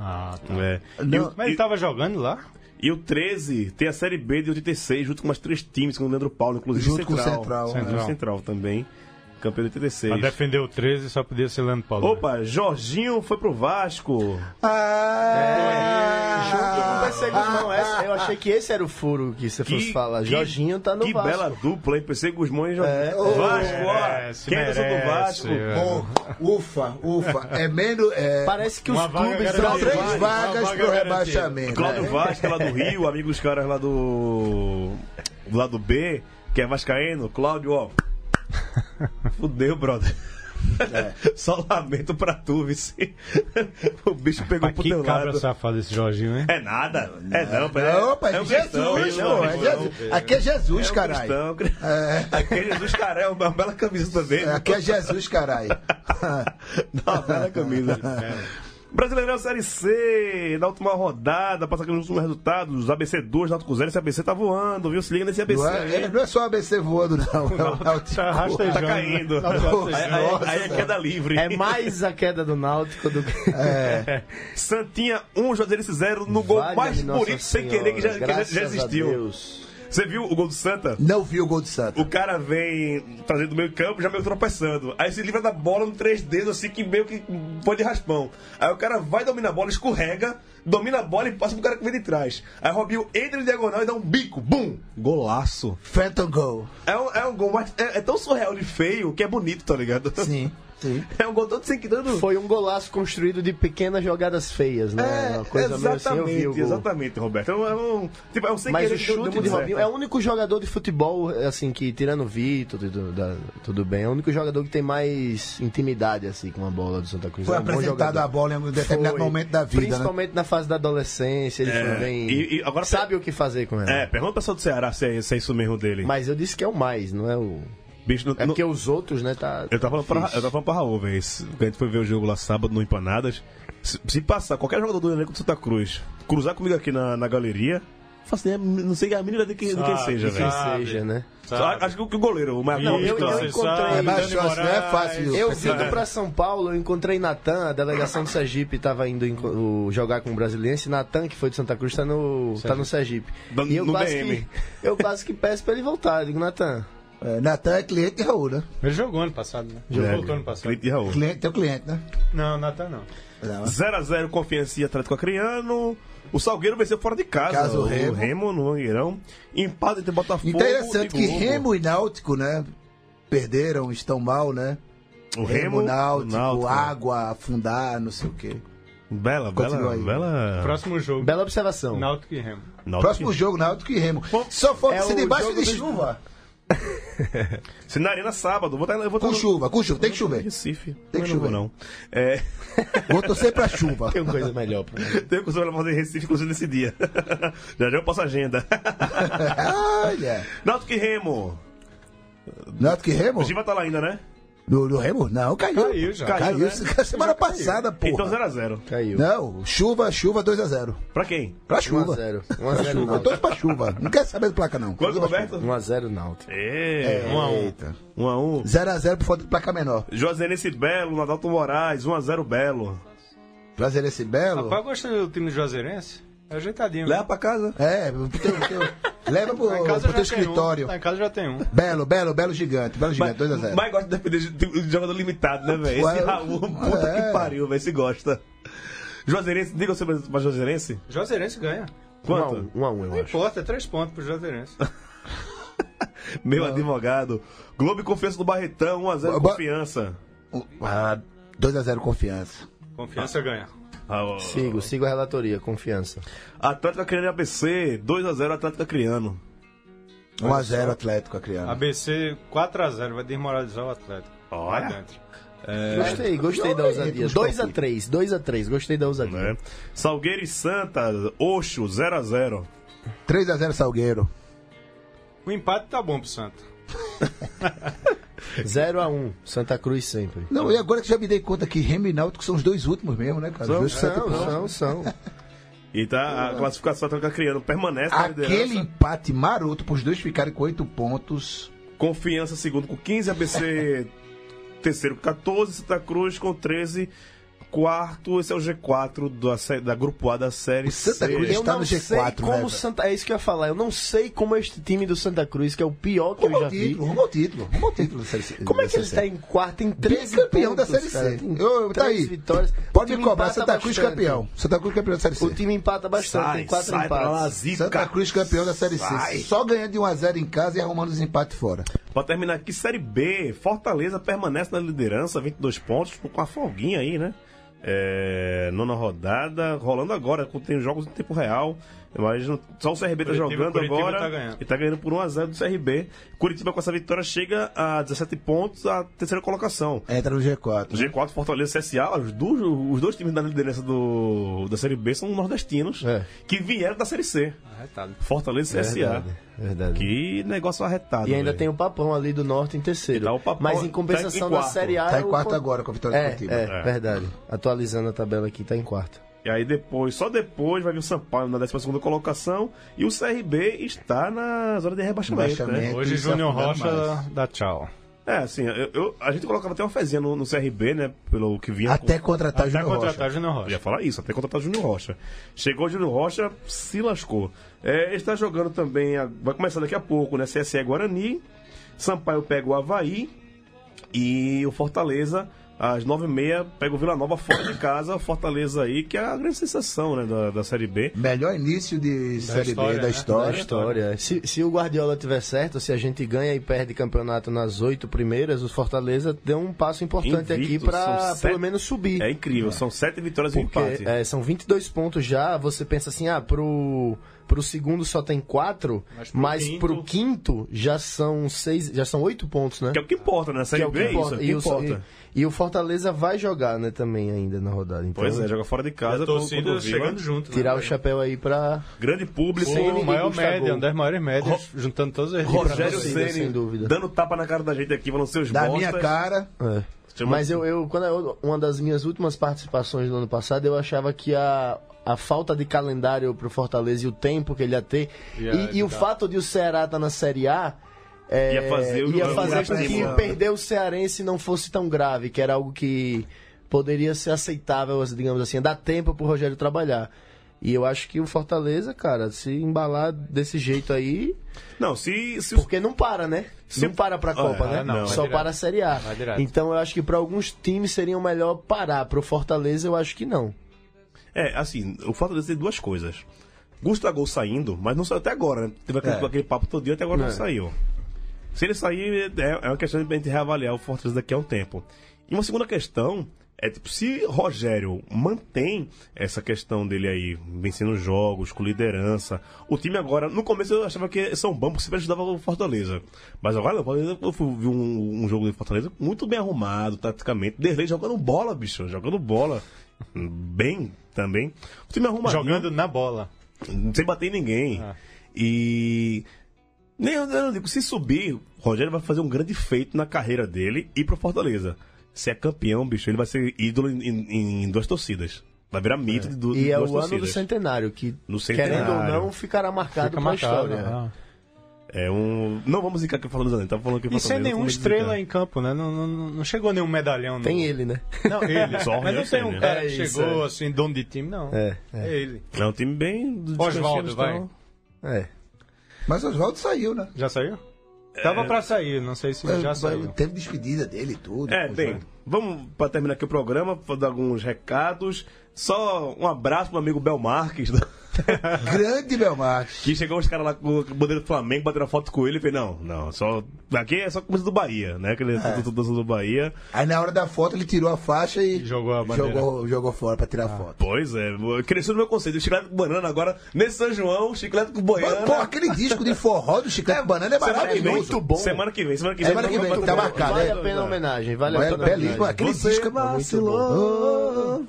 [SPEAKER 5] Ah, tá.
[SPEAKER 2] É.
[SPEAKER 4] Não,
[SPEAKER 5] Mas ele tava jogando lá?
[SPEAKER 2] E o 13 tem a Série B de 86, junto com mais três times, com o Leandro Paulo, inclusive
[SPEAKER 4] Junto com o
[SPEAKER 2] Central.
[SPEAKER 4] Central,
[SPEAKER 2] Central.
[SPEAKER 5] né?
[SPEAKER 2] Central também. Campeão de
[SPEAKER 5] Pra
[SPEAKER 2] 86.
[SPEAKER 5] defender o 13 só podia ser Leandro Paulo.
[SPEAKER 2] Opa, Jorginho foi pro Vasco.
[SPEAKER 4] Ah,
[SPEAKER 6] Junto com o Perseguição,
[SPEAKER 2] Ah,
[SPEAKER 6] essa- eu achei que esse era o furo que você fosse falar. Jorginho tá no
[SPEAKER 2] que
[SPEAKER 6] Vasco.
[SPEAKER 2] bela dupla, hein? PC Guzmão e Jorginho.
[SPEAKER 6] É.
[SPEAKER 2] Vasco,
[SPEAKER 5] Merece,
[SPEAKER 2] ó. Quem é do
[SPEAKER 5] merece,
[SPEAKER 2] Vasco?
[SPEAKER 5] é.
[SPEAKER 4] Bom, ufa, ufa. É menos. É,
[SPEAKER 6] Parece que
[SPEAKER 5] Uma
[SPEAKER 6] os
[SPEAKER 5] vaga
[SPEAKER 6] clubes
[SPEAKER 5] garantida.
[SPEAKER 6] são
[SPEAKER 4] são
[SPEAKER 5] Uma
[SPEAKER 4] três
[SPEAKER 5] vaga-
[SPEAKER 4] vagas
[SPEAKER 5] uma vaga
[SPEAKER 4] pro
[SPEAKER 5] garantida.
[SPEAKER 4] rebaixamento.
[SPEAKER 2] Cláudio
[SPEAKER 4] É.
[SPEAKER 2] Vasco, lá do Rio, amigo dos caras lá do. do lado B, que é Vascaíno. Cláudio, ó. Fudeu, brother.
[SPEAKER 4] É.
[SPEAKER 2] Só lamento pra tu, vice. O bicho pegou
[SPEAKER 5] Mas
[SPEAKER 2] pro
[SPEAKER 5] que
[SPEAKER 2] teu
[SPEAKER 5] cabra
[SPEAKER 2] lado.
[SPEAKER 5] safado esse Jorginho, hein?
[SPEAKER 2] É nada. É não, é,
[SPEAKER 4] Não, Opa,
[SPEAKER 2] é
[SPEAKER 4] é
[SPEAKER 2] um
[SPEAKER 4] Jesus,
[SPEAKER 2] cristão, ele não
[SPEAKER 4] pô.
[SPEAKER 2] um
[SPEAKER 4] é
[SPEAKER 2] cristão.
[SPEAKER 4] Jesus. Aqui é Jesus,
[SPEAKER 2] É um
[SPEAKER 4] caralho.
[SPEAKER 2] cristão. Aquele Jesus, caralho, é uma bela camisa também.
[SPEAKER 4] É, Aqui é Jesus, caralho.
[SPEAKER 2] Dá uma bela camisa. Brasileirão Série C, na última rodada, passa aqui nos últimos resultados, ABC 2, Náutico 0, esse ABC tá voando, viu? Se liga nesse ABC.
[SPEAKER 4] Não é,
[SPEAKER 2] aí.
[SPEAKER 4] não é só ABC voando, não. É o Náutico.
[SPEAKER 5] Tá rastejando.
[SPEAKER 2] Tá caindo.
[SPEAKER 5] né? Tá
[SPEAKER 2] Aí,
[SPEAKER 5] rastejando.
[SPEAKER 2] aí-
[SPEAKER 4] Nossa,
[SPEAKER 2] aí é queda livre.
[SPEAKER 6] É mais a queda do Náutico do que.
[SPEAKER 2] É. Santinha 1, Juazeirense 0, no gol
[SPEAKER 6] Valha-me
[SPEAKER 2] mais
[SPEAKER 6] Nossa
[SPEAKER 2] bonito sem
[SPEAKER 6] Senhora,
[SPEAKER 2] querer que já, que já- já
[SPEAKER 6] graças a
[SPEAKER 2] existiu.
[SPEAKER 6] Deus.
[SPEAKER 2] Você viu o gol do Santa?
[SPEAKER 4] Não vi o gol de Santa.
[SPEAKER 2] O cara vem trazendo do meio campo, já meio tropeçando. Aí se livra da bola no três dedos, assim que meio que põe de raspão. Aí o cara vai dominar a bola, escorrega, domina a bola e passa pro cara que vem de trás. Aí Robinho entra de diagonal e dá um bico, bum! Golaço.
[SPEAKER 4] Phantom Goal.
[SPEAKER 2] É um, é um gol, mas é, é tão surreal e feio que é bonito, tá ligado?
[SPEAKER 4] Sim, sim.
[SPEAKER 2] É um gol todo sem que dando.
[SPEAKER 6] Foi um golaço construído de pequenas jogadas feias, né? Uma coisa meio assim, eu vi o
[SPEAKER 2] É, exatamente,
[SPEAKER 6] gol.
[SPEAKER 2] exatamente, Roberto. É um, é um- tipo, é um sem
[SPEAKER 6] Mas
[SPEAKER 2] querer
[SPEAKER 6] o
[SPEAKER 2] que deu-
[SPEAKER 6] chute
[SPEAKER 2] deu
[SPEAKER 6] de
[SPEAKER 2] muito
[SPEAKER 6] Robinho
[SPEAKER 2] certo.
[SPEAKER 6] é o único jogador de futebol, assim, que tirando o Vitor, tudo, da- tudo bem, é o único jogador que tem mais intimidade, assim, com a bola do Santa Cruz.
[SPEAKER 4] Foi
[SPEAKER 6] É um bom
[SPEAKER 4] apresentado
[SPEAKER 6] jogador.
[SPEAKER 4] a bola em um determinado
[SPEAKER 6] Foi.
[SPEAKER 4] momento da vida, né?
[SPEAKER 6] Principalmente na fase da adolescência, ele foi bem.
[SPEAKER 2] É, e- e agora-
[SPEAKER 6] sabe o que fazer com ela.
[SPEAKER 2] É, pergunta o pessoal do Ceará se é, se é isso mesmo dele.
[SPEAKER 6] Mas eu disse que é o mais, não é o.
[SPEAKER 2] Bicho, não-
[SPEAKER 6] É
[SPEAKER 2] não-
[SPEAKER 6] porque os outros, né, tá.
[SPEAKER 2] Eu tava falando pra, eu
[SPEAKER 6] difícil.
[SPEAKER 2] tava falando pra Raul, velho. se- Quando a gente foi ver o jogo lá sábado no Empanadas. Se, se passar qualquer jogador do elenco do Santa Cruz cruzar comigo aqui na, na galeria, eu faço ideia, não sei a mínima de quem, do quem
[SPEAKER 5] Sabe,
[SPEAKER 2] seja,
[SPEAKER 6] Quem
[SPEAKER 2] velho.
[SPEAKER 5] Sabe.
[SPEAKER 6] seja, né?
[SPEAKER 5] Sabe? então,
[SPEAKER 2] Acho que o, que o goleiro, o Marcão.
[SPEAKER 6] eu-
[SPEAKER 5] Vitor,
[SPEAKER 6] eu
[SPEAKER 5] você
[SPEAKER 6] encontrei-
[SPEAKER 5] sabe,
[SPEAKER 4] É baixo,
[SPEAKER 5] Dani
[SPEAKER 4] eu acho, não é
[SPEAKER 5] Moraes.
[SPEAKER 4] fácil.
[SPEAKER 6] Eu vindo pra São Paulo, eu encontrei Natan, a delegação do Sergipe tava indo em- o- jogar com o Brasiliense. Natan, que foi de Santa Cruz, tá no, tá no Sergipe.
[SPEAKER 2] Do-
[SPEAKER 6] E eu
[SPEAKER 2] no
[SPEAKER 6] quase,
[SPEAKER 2] DM.
[SPEAKER 6] que, eu quase que peço pra ele voltar. Eu digo, Natan,
[SPEAKER 4] É, Natan é cliente de Raul, né?
[SPEAKER 5] Ele jogou ano passado, né? Jogou voltou ano passado.
[SPEAKER 2] Cliente de É, Raul.
[SPEAKER 4] Cliente, teu cliente, né?
[SPEAKER 5] Não, Natan não.
[SPEAKER 2] 0x0 Confiança e Atlético Acreano. O Salgueiro venceu fora de casa.
[SPEAKER 4] Casa o Remo.
[SPEAKER 2] no Mangueirão. Empate entre Botafogo
[SPEAKER 4] Interessante
[SPEAKER 2] e
[SPEAKER 4] que
[SPEAKER 2] Globo.
[SPEAKER 4] Remo e Náutico, né? Perderam, estão mal, né?
[SPEAKER 2] O Remo,
[SPEAKER 4] Náutico,
[SPEAKER 2] o Náutico.
[SPEAKER 4] água, afundar, não sei o quê.
[SPEAKER 2] Bela,
[SPEAKER 4] Continua
[SPEAKER 2] bela,
[SPEAKER 4] aí.
[SPEAKER 2] bela.
[SPEAKER 5] Próximo jogo.
[SPEAKER 6] bela observação.
[SPEAKER 5] Náutico e Remo.
[SPEAKER 2] Náutico.
[SPEAKER 4] Próximo jogo, Náutico e Remo. Só falta
[SPEAKER 6] é
[SPEAKER 4] se
[SPEAKER 6] o
[SPEAKER 4] debaixo
[SPEAKER 6] jogo
[SPEAKER 4] de
[SPEAKER 6] dos-
[SPEAKER 4] chuva.
[SPEAKER 2] Se na Arena sábado, vou estar, eu vou estar
[SPEAKER 4] Com
[SPEAKER 2] no-
[SPEAKER 4] chuva, com chuva. Tem que chover.
[SPEAKER 2] Recife.
[SPEAKER 4] Tem
[SPEAKER 2] Mas
[SPEAKER 4] que
[SPEAKER 2] não vou,
[SPEAKER 4] chover.
[SPEAKER 2] não. É,
[SPEAKER 4] Vou torcer pra chuva.
[SPEAKER 6] Tem coisa melhor pra mim.
[SPEAKER 2] tenho que pra fazer em Recife, inclusive, nesse dia. já já eu passo a agenda.
[SPEAKER 4] Olha.
[SPEAKER 2] Náutico e Remo.
[SPEAKER 4] Náutico e Remo?
[SPEAKER 2] O Giva tá lá ainda, né?
[SPEAKER 4] Do, do Remo? Não, caiu.
[SPEAKER 5] Caiu já.
[SPEAKER 4] Caiu,
[SPEAKER 2] Caiu,
[SPEAKER 4] semana passada, porra.
[SPEAKER 2] Então 0x0.
[SPEAKER 6] Caiu.
[SPEAKER 4] Não, chuva, chuva 2x0.
[SPEAKER 2] Pra quem?
[SPEAKER 4] Pra chuva.
[SPEAKER 6] 1x0.
[SPEAKER 4] Pra
[SPEAKER 6] 1x0
[SPEAKER 4] chuva. Eu
[SPEAKER 6] Náutico.
[SPEAKER 4] torço pra chuva. Não quero saber do placa, não.
[SPEAKER 2] Quanto, é Roberto?
[SPEAKER 6] 1x0 Náutico.
[SPEAKER 2] É, 1x1. 1x1.
[SPEAKER 4] 0x0 por falta de placa menor.
[SPEAKER 2] Josenense um. Belo, Nadalto Moraes, 1x0 Belo.
[SPEAKER 4] Trazer esse belo.
[SPEAKER 5] Rapaz, eu gosto do time do Juazeirense. É ajeitadinho.
[SPEAKER 2] Leva pra casa.
[SPEAKER 4] É, teu- teu- leva pro,
[SPEAKER 5] Lá em casa
[SPEAKER 4] pro teu
[SPEAKER 5] já tem
[SPEAKER 4] escritório.
[SPEAKER 5] Um. Lá em casa já tem um.
[SPEAKER 4] Belo, belo, belo gigante. Belo
[SPEAKER 2] Mas,
[SPEAKER 4] gigante, 2x0.
[SPEAKER 2] mas gosta de defender de- de de jogador limitado, né, velho? Esse
[SPEAKER 4] Ué,
[SPEAKER 2] Raul, puta
[SPEAKER 4] é.
[SPEAKER 2] que pariu, velho, se gosta. Juazeirense, diga você pra pra Juazeirense?
[SPEAKER 5] Juazeirense ganha.
[SPEAKER 2] Quanto?
[SPEAKER 6] 1x1, eu
[SPEAKER 5] Não
[SPEAKER 6] acho.
[SPEAKER 5] importa, é três pontos pro Juazeirense.
[SPEAKER 2] Meu advogado. Globo e Confiança do Barretão, 1x0
[SPEAKER 4] Ba-
[SPEAKER 2] Confiança.
[SPEAKER 4] Ah, 2x0 confiança.
[SPEAKER 5] Confiança ganha.
[SPEAKER 2] Ah, ó.
[SPEAKER 6] Sigo, sigo a relatoria, confiança.
[SPEAKER 2] Atlético tá Acreano e ABC, 2x0 Atlético tá Acreano.
[SPEAKER 4] 1x0 Atlético, a criança.
[SPEAKER 5] ABC 4x0, vai desmoralizar o Atlético.
[SPEAKER 2] Olha.
[SPEAKER 5] Lá dentro.
[SPEAKER 4] É.
[SPEAKER 6] Gostei, gostei da ousadia.
[SPEAKER 4] Os
[SPEAKER 6] 2x3, 2x3, gostei da ousadia.
[SPEAKER 2] Né? Salgueiro e Santa, Oxo, 0x0.
[SPEAKER 4] 3x0 Salgueiro.
[SPEAKER 5] O empate tá bom pro Santos.
[SPEAKER 6] 0x1, Santa Cruz sempre.
[SPEAKER 4] Não, e agora que já me dei conta que Remo e Náutico são os dois últimos mesmo, né, cara? Os dois sete pontos.
[SPEAKER 6] São, são, são.
[SPEAKER 2] E tá a classificação do Atlético Acreano permanece na
[SPEAKER 4] Aquele
[SPEAKER 2] liderança.
[SPEAKER 4] empate maroto pros dois ficarem com 8 pontos.
[SPEAKER 2] Confiança, segundo com 15, ABC, terceiro com 14, Santa Cruz com 13, quarto. Esse é o G4 da, sé- da Grupo A da Série
[SPEAKER 4] O Santa
[SPEAKER 2] C.
[SPEAKER 4] Cruz
[SPEAKER 6] Eu
[SPEAKER 4] Está
[SPEAKER 6] não
[SPEAKER 4] no
[SPEAKER 6] sei
[SPEAKER 4] G4, né,
[SPEAKER 6] como
[SPEAKER 4] velho?
[SPEAKER 6] o Santa. É isso que eu ia falar. Eu não sei como este time do Santa Cruz, que é o pior que
[SPEAKER 4] Rumo
[SPEAKER 6] eu já
[SPEAKER 4] ao
[SPEAKER 6] vi.
[SPEAKER 4] título, rumo ao título. Rumo ao título da Série C.
[SPEAKER 6] Como é que
[SPEAKER 4] da
[SPEAKER 6] ele
[SPEAKER 4] Série
[SPEAKER 6] está em quarto? Em
[SPEAKER 4] C.
[SPEAKER 6] 13
[SPEAKER 4] Bicampeão da
[SPEAKER 6] pontos,
[SPEAKER 4] Série
[SPEAKER 6] cara.
[SPEAKER 4] C.
[SPEAKER 6] Tem
[SPEAKER 4] Ô, tá
[SPEAKER 6] três
[SPEAKER 4] aí.
[SPEAKER 6] vitórias.
[SPEAKER 4] Pode
[SPEAKER 6] O
[SPEAKER 4] me
[SPEAKER 6] time
[SPEAKER 4] cobrar
[SPEAKER 6] empata
[SPEAKER 4] Santa Cruz
[SPEAKER 6] bastante.
[SPEAKER 4] campeão. Santa Cruz campeão da Série C.
[SPEAKER 6] O time empata bastante,
[SPEAKER 2] Sai,
[SPEAKER 6] tem quatro
[SPEAKER 2] sai pra lá,
[SPEAKER 6] empates.
[SPEAKER 2] Zica.
[SPEAKER 4] Santa Cruz campeão da Série C. Só ganhando de 1x0 em casa e arrumando os empates fora.
[SPEAKER 2] Pra terminar aqui, Série B, Fortaleza permanece na liderança, 22 pontos, com a folguinha aí, né? É, nona rodada, rolando agora, com- tem jogos em tempo real, mas não- só o CRB tá
[SPEAKER 5] Curitiba-
[SPEAKER 2] jogando
[SPEAKER 5] Curitiba
[SPEAKER 2] agora
[SPEAKER 5] tá ganhando.
[SPEAKER 2] e tá ganhando por 1x0 do CRB. Curitiba com essa vitória chega a 17 pontos, a terceira colocação.
[SPEAKER 4] Entra no G4.
[SPEAKER 2] G4, Fortaleza e CSA, os dois, os dois times da liderança do, da Série B são nordestinos
[SPEAKER 6] É.
[SPEAKER 2] que vieram da Série C.
[SPEAKER 5] Arretado.
[SPEAKER 2] Fortaleza e CSA.
[SPEAKER 6] Verdade, verdade.
[SPEAKER 2] Que negócio arretado.
[SPEAKER 6] E ainda
[SPEAKER 2] velho.
[SPEAKER 6] tem o Papão ali do Norte em
[SPEAKER 2] E
[SPEAKER 6] terceiro.
[SPEAKER 2] tá o Papão,
[SPEAKER 6] Mas em
[SPEAKER 2] tá
[SPEAKER 6] compensação
[SPEAKER 2] em
[SPEAKER 6] da
[SPEAKER 2] quarto.
[SPEAKER 6] Série A.
[SPEAKER 4] Tá
[SPEAKER 6] é
[SPEAKER 4] em
[SPEAKER 6] o
[SPEAKER 4] quarto
[SPEAKER 6] con-
[SPEAKER 4] agora com a vitória do
[SPEAKER 6] É,
[SPEAKER 4] Curitiba.
[SPEAKER 6] é, verdade. Atualizando a tabela aqui, tá em quarto.
[SPEAKER 2] E aí depois, só depois vai vir o São Paulo na 12 colocação e o CRB está na zona de rebaixamento.
[SPEAKER 4] Rebaixamento.
[SPEAKER 2] Né?
[SPEAKER 4] Tem
[SPEAKER 5] Hoje
[SPEAKER 4] que se
[SPEAKER 5] Júnior
[SPEAKER 4] afundar
[SPEAKER 5] Rocha
[SPEAKER 4] mais.
[SPEAKER 5] dá tchau.
[SPEAKER 2] É, assim, eu, eu- a gente colocava até uma fezinha no, no CRB, né? Pelo que vinha.
[SPEAKER 4] Até contratar
[SPEAKER 5] Até
[SPEAKER 4] Júnior Rocha.
[SPEAKER 5] contratar o Júnior
[SPEAKER 2] Eu ia
[SPEAKER 5] Rocha.
[SPEAKER 2] falar isso, até contratar o Júnior Rocha. Chegou o Júnior Rocha, se lascou. É, ele está jogando também, a- vai começar daqui a pouco, né? CSE Guarani, Sampaio pega o Havaí e o Fortaleza, às 9h30, pega o Vila Nova fora de casa. O Fortaleza aí, que é a grande sensação, né? Da, da Série B.
[SPEAKER 4] Melhor início de Série
[SPEAKER 5] história,
[SPEAKER 4] B da
[SPEAKER 5] né?
[SPEAKER 6] Da
[SPEAKER 4] história.
[SPEAKER 6] história. Se, se o Guardiola tiver certo, se a gente ganha e perde campeonato nas oito primeiras, os Fortaleza deu um passo importante
[SPEAKER 2] Invicto,
[SPEAKER 6] aqui
[SPEAKER 2] são
[SPEAKER 6] para
[SPEAKER 2] sete-
[SPEAKER 6] pelo menos subir.
[SPEAKER 2] É incrível, são sete vitórias e um
[SPEAKER 6] Porque
[SPEAKER 2] empate.
[SPEAKER 6] é, são 22 pontos já, você pensa assim, ah, pro, pro segundo só tem quatro, mas, pro,
[SPEAKER 5] pro
[SPEAKER 6] quinto...
[SPEAKER 5] quinto-
[SPEAKER 6] já são seis, já são oito pontos, né?
[SPEAKER 2] Que é o que importa, né? A Série
[SPEAKER 6] Que é o que
[SPEAKER 2] B é isso, é
[SPEAKER 6] importa.
[SPEAKER 2] o que
[SPEAKER 6] E o-
[SPEAKER 2] importa.
[SPEAKER 6] E, e o Fortaleza vai jogar, né, também ainda na rodada. Então,
[SPEAKER 2] Pois é, joga fora de
[SPEAKER 5] A
[SPEAKER 2] casa. pro- contra o
[SPEAKER 5] torcida
[SPEAKER 2] Vila.
[SPEAKER 5] chegando junto. né?
[SPEAKER 6] tirar o chapéu aí pra
[SPEAKER 2] Grande público.
[SPEAKER 6] Sem
[SPEAKER 5] O
[SPEAKER 6] ninguém
[SPEAKER 5] maior
[SPEAKER 6] buscar
[SPEAKER 5] média,
[SPEAKER 6] gol.
[SPEAKER 5] uma das maiores médias, juntando todas as
[SPEAKER 2] Rogério
[SPEAKER 6] Sem
[SPEAKER 2] Ceni
[SPEAKER 6] dúvida.
[SPEAKER 2] dando tapa na cara da gente aqui, falando seus
[SPEAKER 4] Da
[SPEAKER 2] bostas.
[SPEAKER 4] minha cara.
[SPEAKER 6] É.
[SPEAKER 2] Chama-
[SPEAKER 6] Mas eu, eu quando eu, uma das minhas últimas participações no ano passado, eu achava que a, a falta de calendário pro Fortaleza e o tempo que ele ia ter,
[SPEAKER 5] Ia
[SPEAKER 6] e, e o
[SPEAKER 5] ajudar.
[SPEAKER 6] fato de o Ceará estar na Série A. é,
[SPEAKER 2] Ia fazer o-
[SPEAKER 6] ia
[SPEAKER 2] o-
[SPEAKER 6] fazer com
[SPEAKER 2] o-
[SPEAKER 6] que
[SPEAKER 2] o-
[SPEAKER 6] perder o Cearense não fosse tão grave, que era algo que poderia ser aceitável, digamos assim, dar tempo pro Rogério trabalhar. E eu acho que o Fortaleza, cara, se embalar desse jeito aí,
[SPEAKER 2] Não, se, se os-
[SPEAKER 6] porque não para, né?
[SPEAKER 2] Se-
[SPEAKER 6] não para pra Copa,
[SPEAKER 2] Ah,
[SPEAKER 6] né?
[SPEAKER 5] não, vai
[SPEAKER 6] Só
[SPEAKER 5] direto.
[SPEAKER 6] para a Série A.
[SPEAKER 5] Vai direto.
[SPEAKER 6] Então eu acho que pra alguns times seria melhor parar. Pro Fortaleza eu acho que não.
[SPEAKER 2] É, assim, o fato de ter duas coisas. Gustavo é saindo, mas não saiu até agora, né? Teve aquele,
[SPEAKER 4] É.
[SPEAKER 2] aquele papo todo dia, até agora não saiu. Se ele sair, é, é uma questão de a gente reavaliar o Fortaleza daqui a um tempo. E uma segunda questão é, tipo, se Rogério mantém essa questão dele aí, vencendo jogos, com liderança, o time agora, no começo eu achava que um São Bampo sempre ajudava o Fortaleza. Mas agora não, Fortaleza- eu fui- vi um, um jogo do Fortaleza muito bem arrumado, taticamente. Derlei jogando bola, bicho, jogando bola. Bem também. O time arruma
[SPEAKER 5] Jogando na bola.
[SPEAKER 2] sem bater em ninguém.
[SPEAKER 5] Ah.
[SPEAKER 2] E. Nem eu, eu não digo, se subir, o Rogério vai fazer um grande feito na carreira dele e pro Fortaleza. Se é campeão, bicho, ele vai ser ídolo em, em- em duas torcidas. Vai virar mito de, du-
[SPEAKER 6] E
[SPEAKER 2] de
[SPEAKER 6] é o
[SPEAKER 2] duas
[SPEAKER 6] ano do
[SPEAKER 2] torcidas.
[SPEAKER 6] centenário, que
[SPEAKER 2] No centenário.
[SPEAKER 6] querendo ou não ficará marcado
[SPEAKER 5] Fica
[SPEAKER 6] pra
[SPEAKER 5] marcado.
[SPEAKER 6] história.
[SPEAKER 5] né?
[SPEAKER 2] É um. Não vamos ficar aqui falando do tava falando é que
[SPEAKER 5] E sem nenhuma estrela em campo, né? Não, não, não chegou nenhum medalhão. no-
[SPEAKER 6] Tem ele, né?
[SPEAKER 5] Não, ele.
[SPEAKER 2] Só o
[SPEAKER 5] Mas
[SPEAKER 2] Rogério
[SPEAKER 5] não tem
[SPEAKER 2] Ceni, né?
[SPEAKER 5] um cara
[SPEAKER 6] É
[SPEAKER 5] que
[SPEAKER 6] isso,
[SPEAKER 5] chegou
[SPEAKER 6] é.
[SPEAKER 5] assim, dono de time, não.
[SPEAKER 6] É, é.
[SPEAKER 5] É ele.
[SPEAKER 2] É um time bem. então.
[SPEAKER 5] Oswaldo, vai.
[SPEAKER 6] é.
[SPEAKER 4] Mas Oswaldo saiu, né?
[SPEAKER 5] Já saiu? Tava pra sair, não sei se
[SPEAKER 4] É,
[SPEAKER 5] já saiu.
[SPEAKER 4] Teve despedida dele e tudo.
[SPEAKER 2] É,
[SPEAKER 4] Pô,
[SPEAKER 2] tem.
[SPEAKER 4] já.
[SPEAKER 2] Vamos para terminar aqui o programa, vou dar alguns recados. Só um abraço pro meu amigo Bel Marques.
[SPEAKER 4] Grande Belmarques.
[SPEAKER 2] Que chegou os caras lá com a bandeira do Flamengo, bateram foto com ele e falei, não, não, só. Aqui é só coisa do Bahia, né?
[SPEAKER 4] É.
[SPEAKER 2] Aquele tudo dança do Bahia.
[SPEAKER 4] Aí na hora da foto ele tirou a faixa e
[SPEAKER 5] Jogou a bandeira.
[SPEAKER 4] jogou, jogou fora pra tirar a foto.
[SPEAKER 2] Pois é, cresceu no meu conceito. Chiclete com banana agora, nesse São João, chiclete com
[SPEAKER 4] Mas,
[SPEAKER 2] boiana.
[SPEAKER 4] pô, aquele disco de forró do Chiclete Banana é
[SPEAKER 2] Semana que vem.
[SPEAKER 4] maravilhoso.
[SPEAKER 6] bom.
[SPEAKER 2] Semana que vem, semana que vem. um
[SPEAKER 4] Semana que vem, tá marcado,
[SPEAKER 6] Vale
[SPEAKER 4] é.
[SPEAKER 6] a
[SPEAKER 2] né?
[SPEAKER 6] pena a homenagem, vale a
[SPEAKER 2] é
[SPEAKER 4] Be-
[SPEAKER 6] pena. a
[SPEAKER 4] é Belíssimo.
[SPEAKER 6] homenagem.
[SPEAKER 4] Aquele disco é muito bom.
[SPEAKER 2] Você vacilou.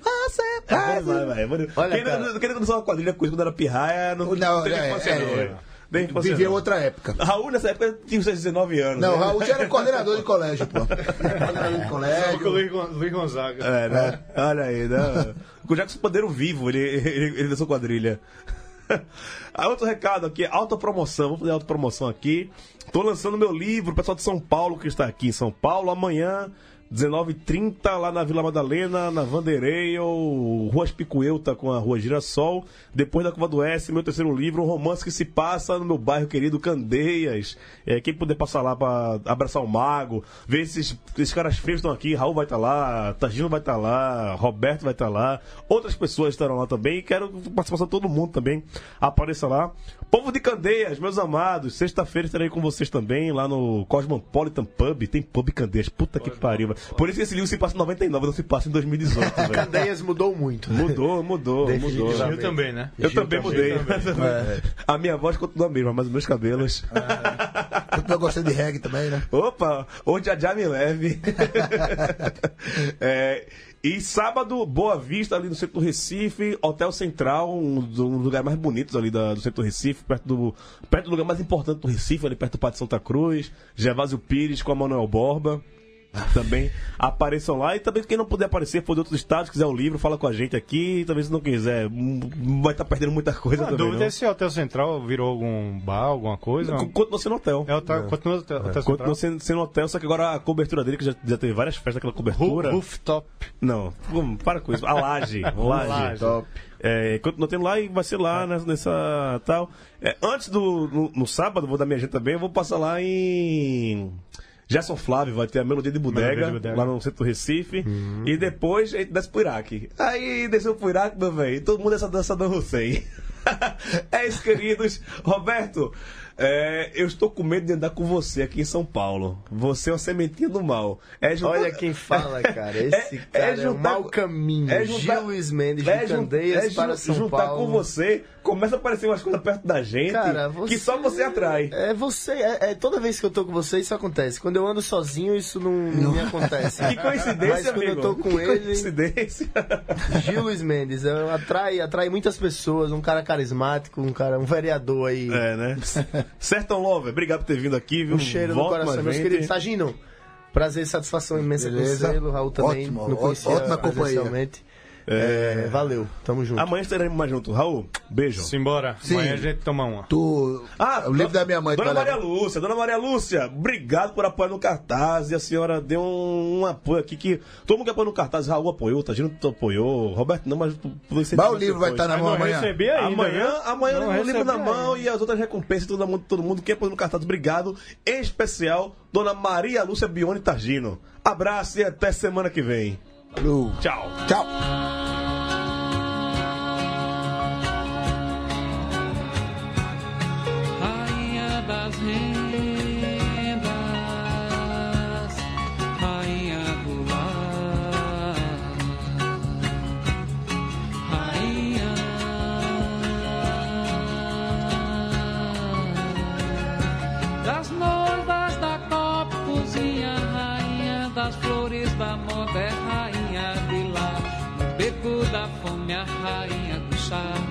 [SPEAKER 2] é, Vai, vai, vai.
[SPEAKER 6] Olha,
[SPEAKER 2] quem, não,
[SPEAKER 6] cara.
[SPEAKER 2] quem não dançou uma quadrilha com isso quando era pirraia, não,
[SPEAKER 4] Não,
[SPEAKER 2] teve
[SPEAKER 4] é,
[SPEAKER 2] infância,
[SPEAKER 4] é,
[SPEAKER 2] não,
[SPEAKER 4] é.
[SPEAKER 2] velho. Teve infância,
[SPEAKER 4] Viveu
[SPEAKER 2] não.
[SPEAKER 4] outra época.
[SPEAKER 2] Raul, nessa época, tinha seus 19 anos.
[SPEAKER 4] Não,
[SPEAKER 2] né?
[SPEAKER 4] o Raul já era um coordenador de colégio, pô. Coordenador de
[SPEAKER 5] Porque o
[SPEAKER 4] colégio.
[SPEAKER 5] Luiz Gon- Luiz Gonzaga.
[SPEAKER 2] É, né? Olha aí, né? Com o Jackson Pandeiro vivo, ele, ele, ele dançou quadrilha. Ah, outro recado aqui, autopromoção. Vou fazer autopromoção aqui. Tô lançando meu livro, o pessoal de São Paulo que está aqui em São Paulo, amanhã. 19h30, lá na Vila Madalena, na Vandereio, Ruas Picueuta com a Rua Girassol. Depois da Curva do S, meu terceiro livro, um romance que se passa no meu bairro querido Candeias. É, quem puder passar lá pra abraçar o mago, ver esses, esses caras feios estão aqui, Raul vai estar lá, Tagino vai estar lá, Roberto vai estar lá, outras pessoas estarão lá também. E quero participação de todo mundo também. Apareça lá. Povo de Candeias, meus amados, sexta-feira estarei com vocês também lá no Cosmopolitan Pub. Tem Pub Candeias, puta que pariu. velho. Por isso que esse livro se passa em 99, não se passa em 2018, velho.
[SPEAKER 6] Cadeias mudou muito. né?
[SPEAKER 2] Mudou, mudou, mudou.
[SPEAKER 5] Gil também, né?
[SPEAKER 2] Eu também mudei. A minha voz continua a mesma, mas os meus cabelos.
[SPEAKER 4] Eu tô gostando de reggae também, né?
[SPEAKER 2] Opa, onde a já me leve. É, e sábado, Boa Vista, ali no centro do Recife, Hotel Central, um dos um dos lugares mais bonitos ali da- do centro do Recife, perto do, perto do lugar mais importante do Recife, ali perto do Pátio Santa Cruz, Gervásio Pires com a Manuel Borba. Também apareçam lá. E também quem não puder aparecer, for de outros estados, quiser o livro, fala com a gente aqui. Também se não quiser, hum, vai estar perdendo muita coisa
[SPEAKER 5] A
[SPEAKER 2] também.
[SPEAKER 5] dúvida
[SPEAKER 2] não.
[SPEAKER 5] é se o Hotel Central virou algum bar, alguma coisa.
[SPEAKER 2] Co- Continua sendo hotel.
[SPEAKER 5] É o ta- continua o Hotel Hotel Central.
[SPEAKER 2] Continua sendo, sendo hotel, só que agora a cobertura dele, que já, já teve várias festas, aquela
[SPEAKER 5] Ru-
[SPEAKER 2] cobertura.
[SPEAKER 5] Rooftop.
[SPEAKER 2] Não, hum, para com isso. A laje. laje.
[SPEAKER 6] Top.
[SPEAKER 2] É, continua tendo lá e vai ser
[SPEAKER 5] É.
[SPEAKER 2] lá nessa, nessa tal. É, antes do. No, no sábado, vou dar minha gente também, eu vou passar lá em. Gerson Flávio vai ter a Melodia de Bodega,
[SPEAKER 5] Melodia de Bodega. Uhum.
[SPEAKER 2] lá no centro do Recife. E depois a gente desce pro Iraque. Aí desceu pro Iraque, meu velho. Todo mundo é essa dança da Hussein. é isso, queridos. Roberto, é, eu estou com medo de andar com você aqui em São Paulo. Você é uma sementinha do mal. É juntar-
[SPEAKER 6] Olha quem fala, cara. Esse
[SPEAKER 2] É- é
[SPEAKER 6] cara é, um
[SPEAKER 2] juntar-
[SPEAKER 6] mau caminho.
[SPEAKER 2] é juntar-
[SPEAKER 6] Gil Luiz Mendes
[SPEAKER 2] É
[SPEAKER 6] de
[SPEAKER 2] jun-
[SPEAKER 6] Candeias
[SPEAKER 2] é ju-
[SPEAKER 6] para São
[SPEAKER 2] juntar
[SPEAKER 6] Paulo.
[SPEAKER 2] com você, começa a aparecer umas coisas perto da gente
[SPEAKER 6] Cara, você-
[SPEAKER 2] que só você atrai.
[SPEAKER 6] É você, é, é- toda vez que eu tô com você, isso acontece. Quando eu ando sozinho, isso não, não me acontece.
[SPEAKER 2] Que coincidência,
[SPEAKER 6] É. Mas quando
[SPEAKER 2] amigo.
[SPEAKER 6] eu tô com
[SPEAKER 2] que
[SPEAKER 6] ele,
[SPEAKER 2] coincidência.
[SPEAKER 6] Gil Luiz Mendes, é, atrai, atrai muitas pessoas, um cara carismático, um cara, um vereador aí.
[SPEAKER 2] É, né? Certo, Lover, obrigado por ter vindo aqui, viu?
[SPEAKER 6] Um cheiro no
[SPEAKER 2] Volta
[SPEAKER 6] coração,
[SPEAKER 2] mais
[SPEAKER 6] meus
[SPEAKER 2] gente.
[SPEAKER 6] queridos. Sagino, prazer e satisfação imensa
[SPEAKER 4] Beleza.
[SPEAKER 6] conhecê-lo. Raul também,
[SPEAKER 4] Ótimo,
[SPEAKER 6] não conhecia
[SPEAKER 4] ótima companhia.
[SPEAKER 6] presencialmente. É, valeu, tamo junto.
[SPEAKER 2] Amanhã estaremos mais juntos. Raul, beijo.
[SPEAKER 5] Simbora.
[SPEAKER 4] Sim.
[SPEAKER 5] Amanhã a gente toma uma.
[SPEAKER 4] Tu.
[SPEAKER 2] Ah,
[SPEAKER 4] É o livro
[SPEAKER 2] do-
[SPEAKER 4] da minha mãe.
[SPEAKER 2] Dona
[SPEAKER 4] tá
[SPEAKER 2] Maria
[SPEAKER 4] legal.
[SPEAKER 2] Lúcia, Dona Maria Lúcia, obrigado por apoiar no cartaz. E a senhora deu um, um apoio aqui que todo mundo que apoia no cartaz, Raul apoiou, tá, Tagino apoiou, Roberto não, mas você
[SPEAKER 4] Mas o livro vai estar na
[SPEAKER 5] Mas
[SPEAKER 4] mão
[SPEAKER 5] não
[SPEAKER 4] amanhã.
[SPEAKER 5] recebi ainda,
[SPEAKER 2] amanhã,
[SPEAKER 5] viu?
[SPEAKER 2] amanhã
[SPEAKER 5] Não
[SPEAKER 2] eu levo o livro na
[SPEAKER 5] recebi
[SPEAKER 2] mão
[SPEAKER 5] ainda.
[SPEAKER 2] e as outras recompensas, todo mundo, todo mundo que é no cartaz, obrigado. Em especial, Dona Maria Lúcia Bione Targino. Abraço e até semana que vem.
[SPEAKER 4] Alô.
[SPEAKER 2] Tchau.
[SPEAKER 4] Tchau.
[SPEAKER 3] Rainha das rendas, rainha do lar, rainha. Das noivas da copa cozinha, rainha das flores da moda, é rainha de lá. No beco da fome, a rainha do chá.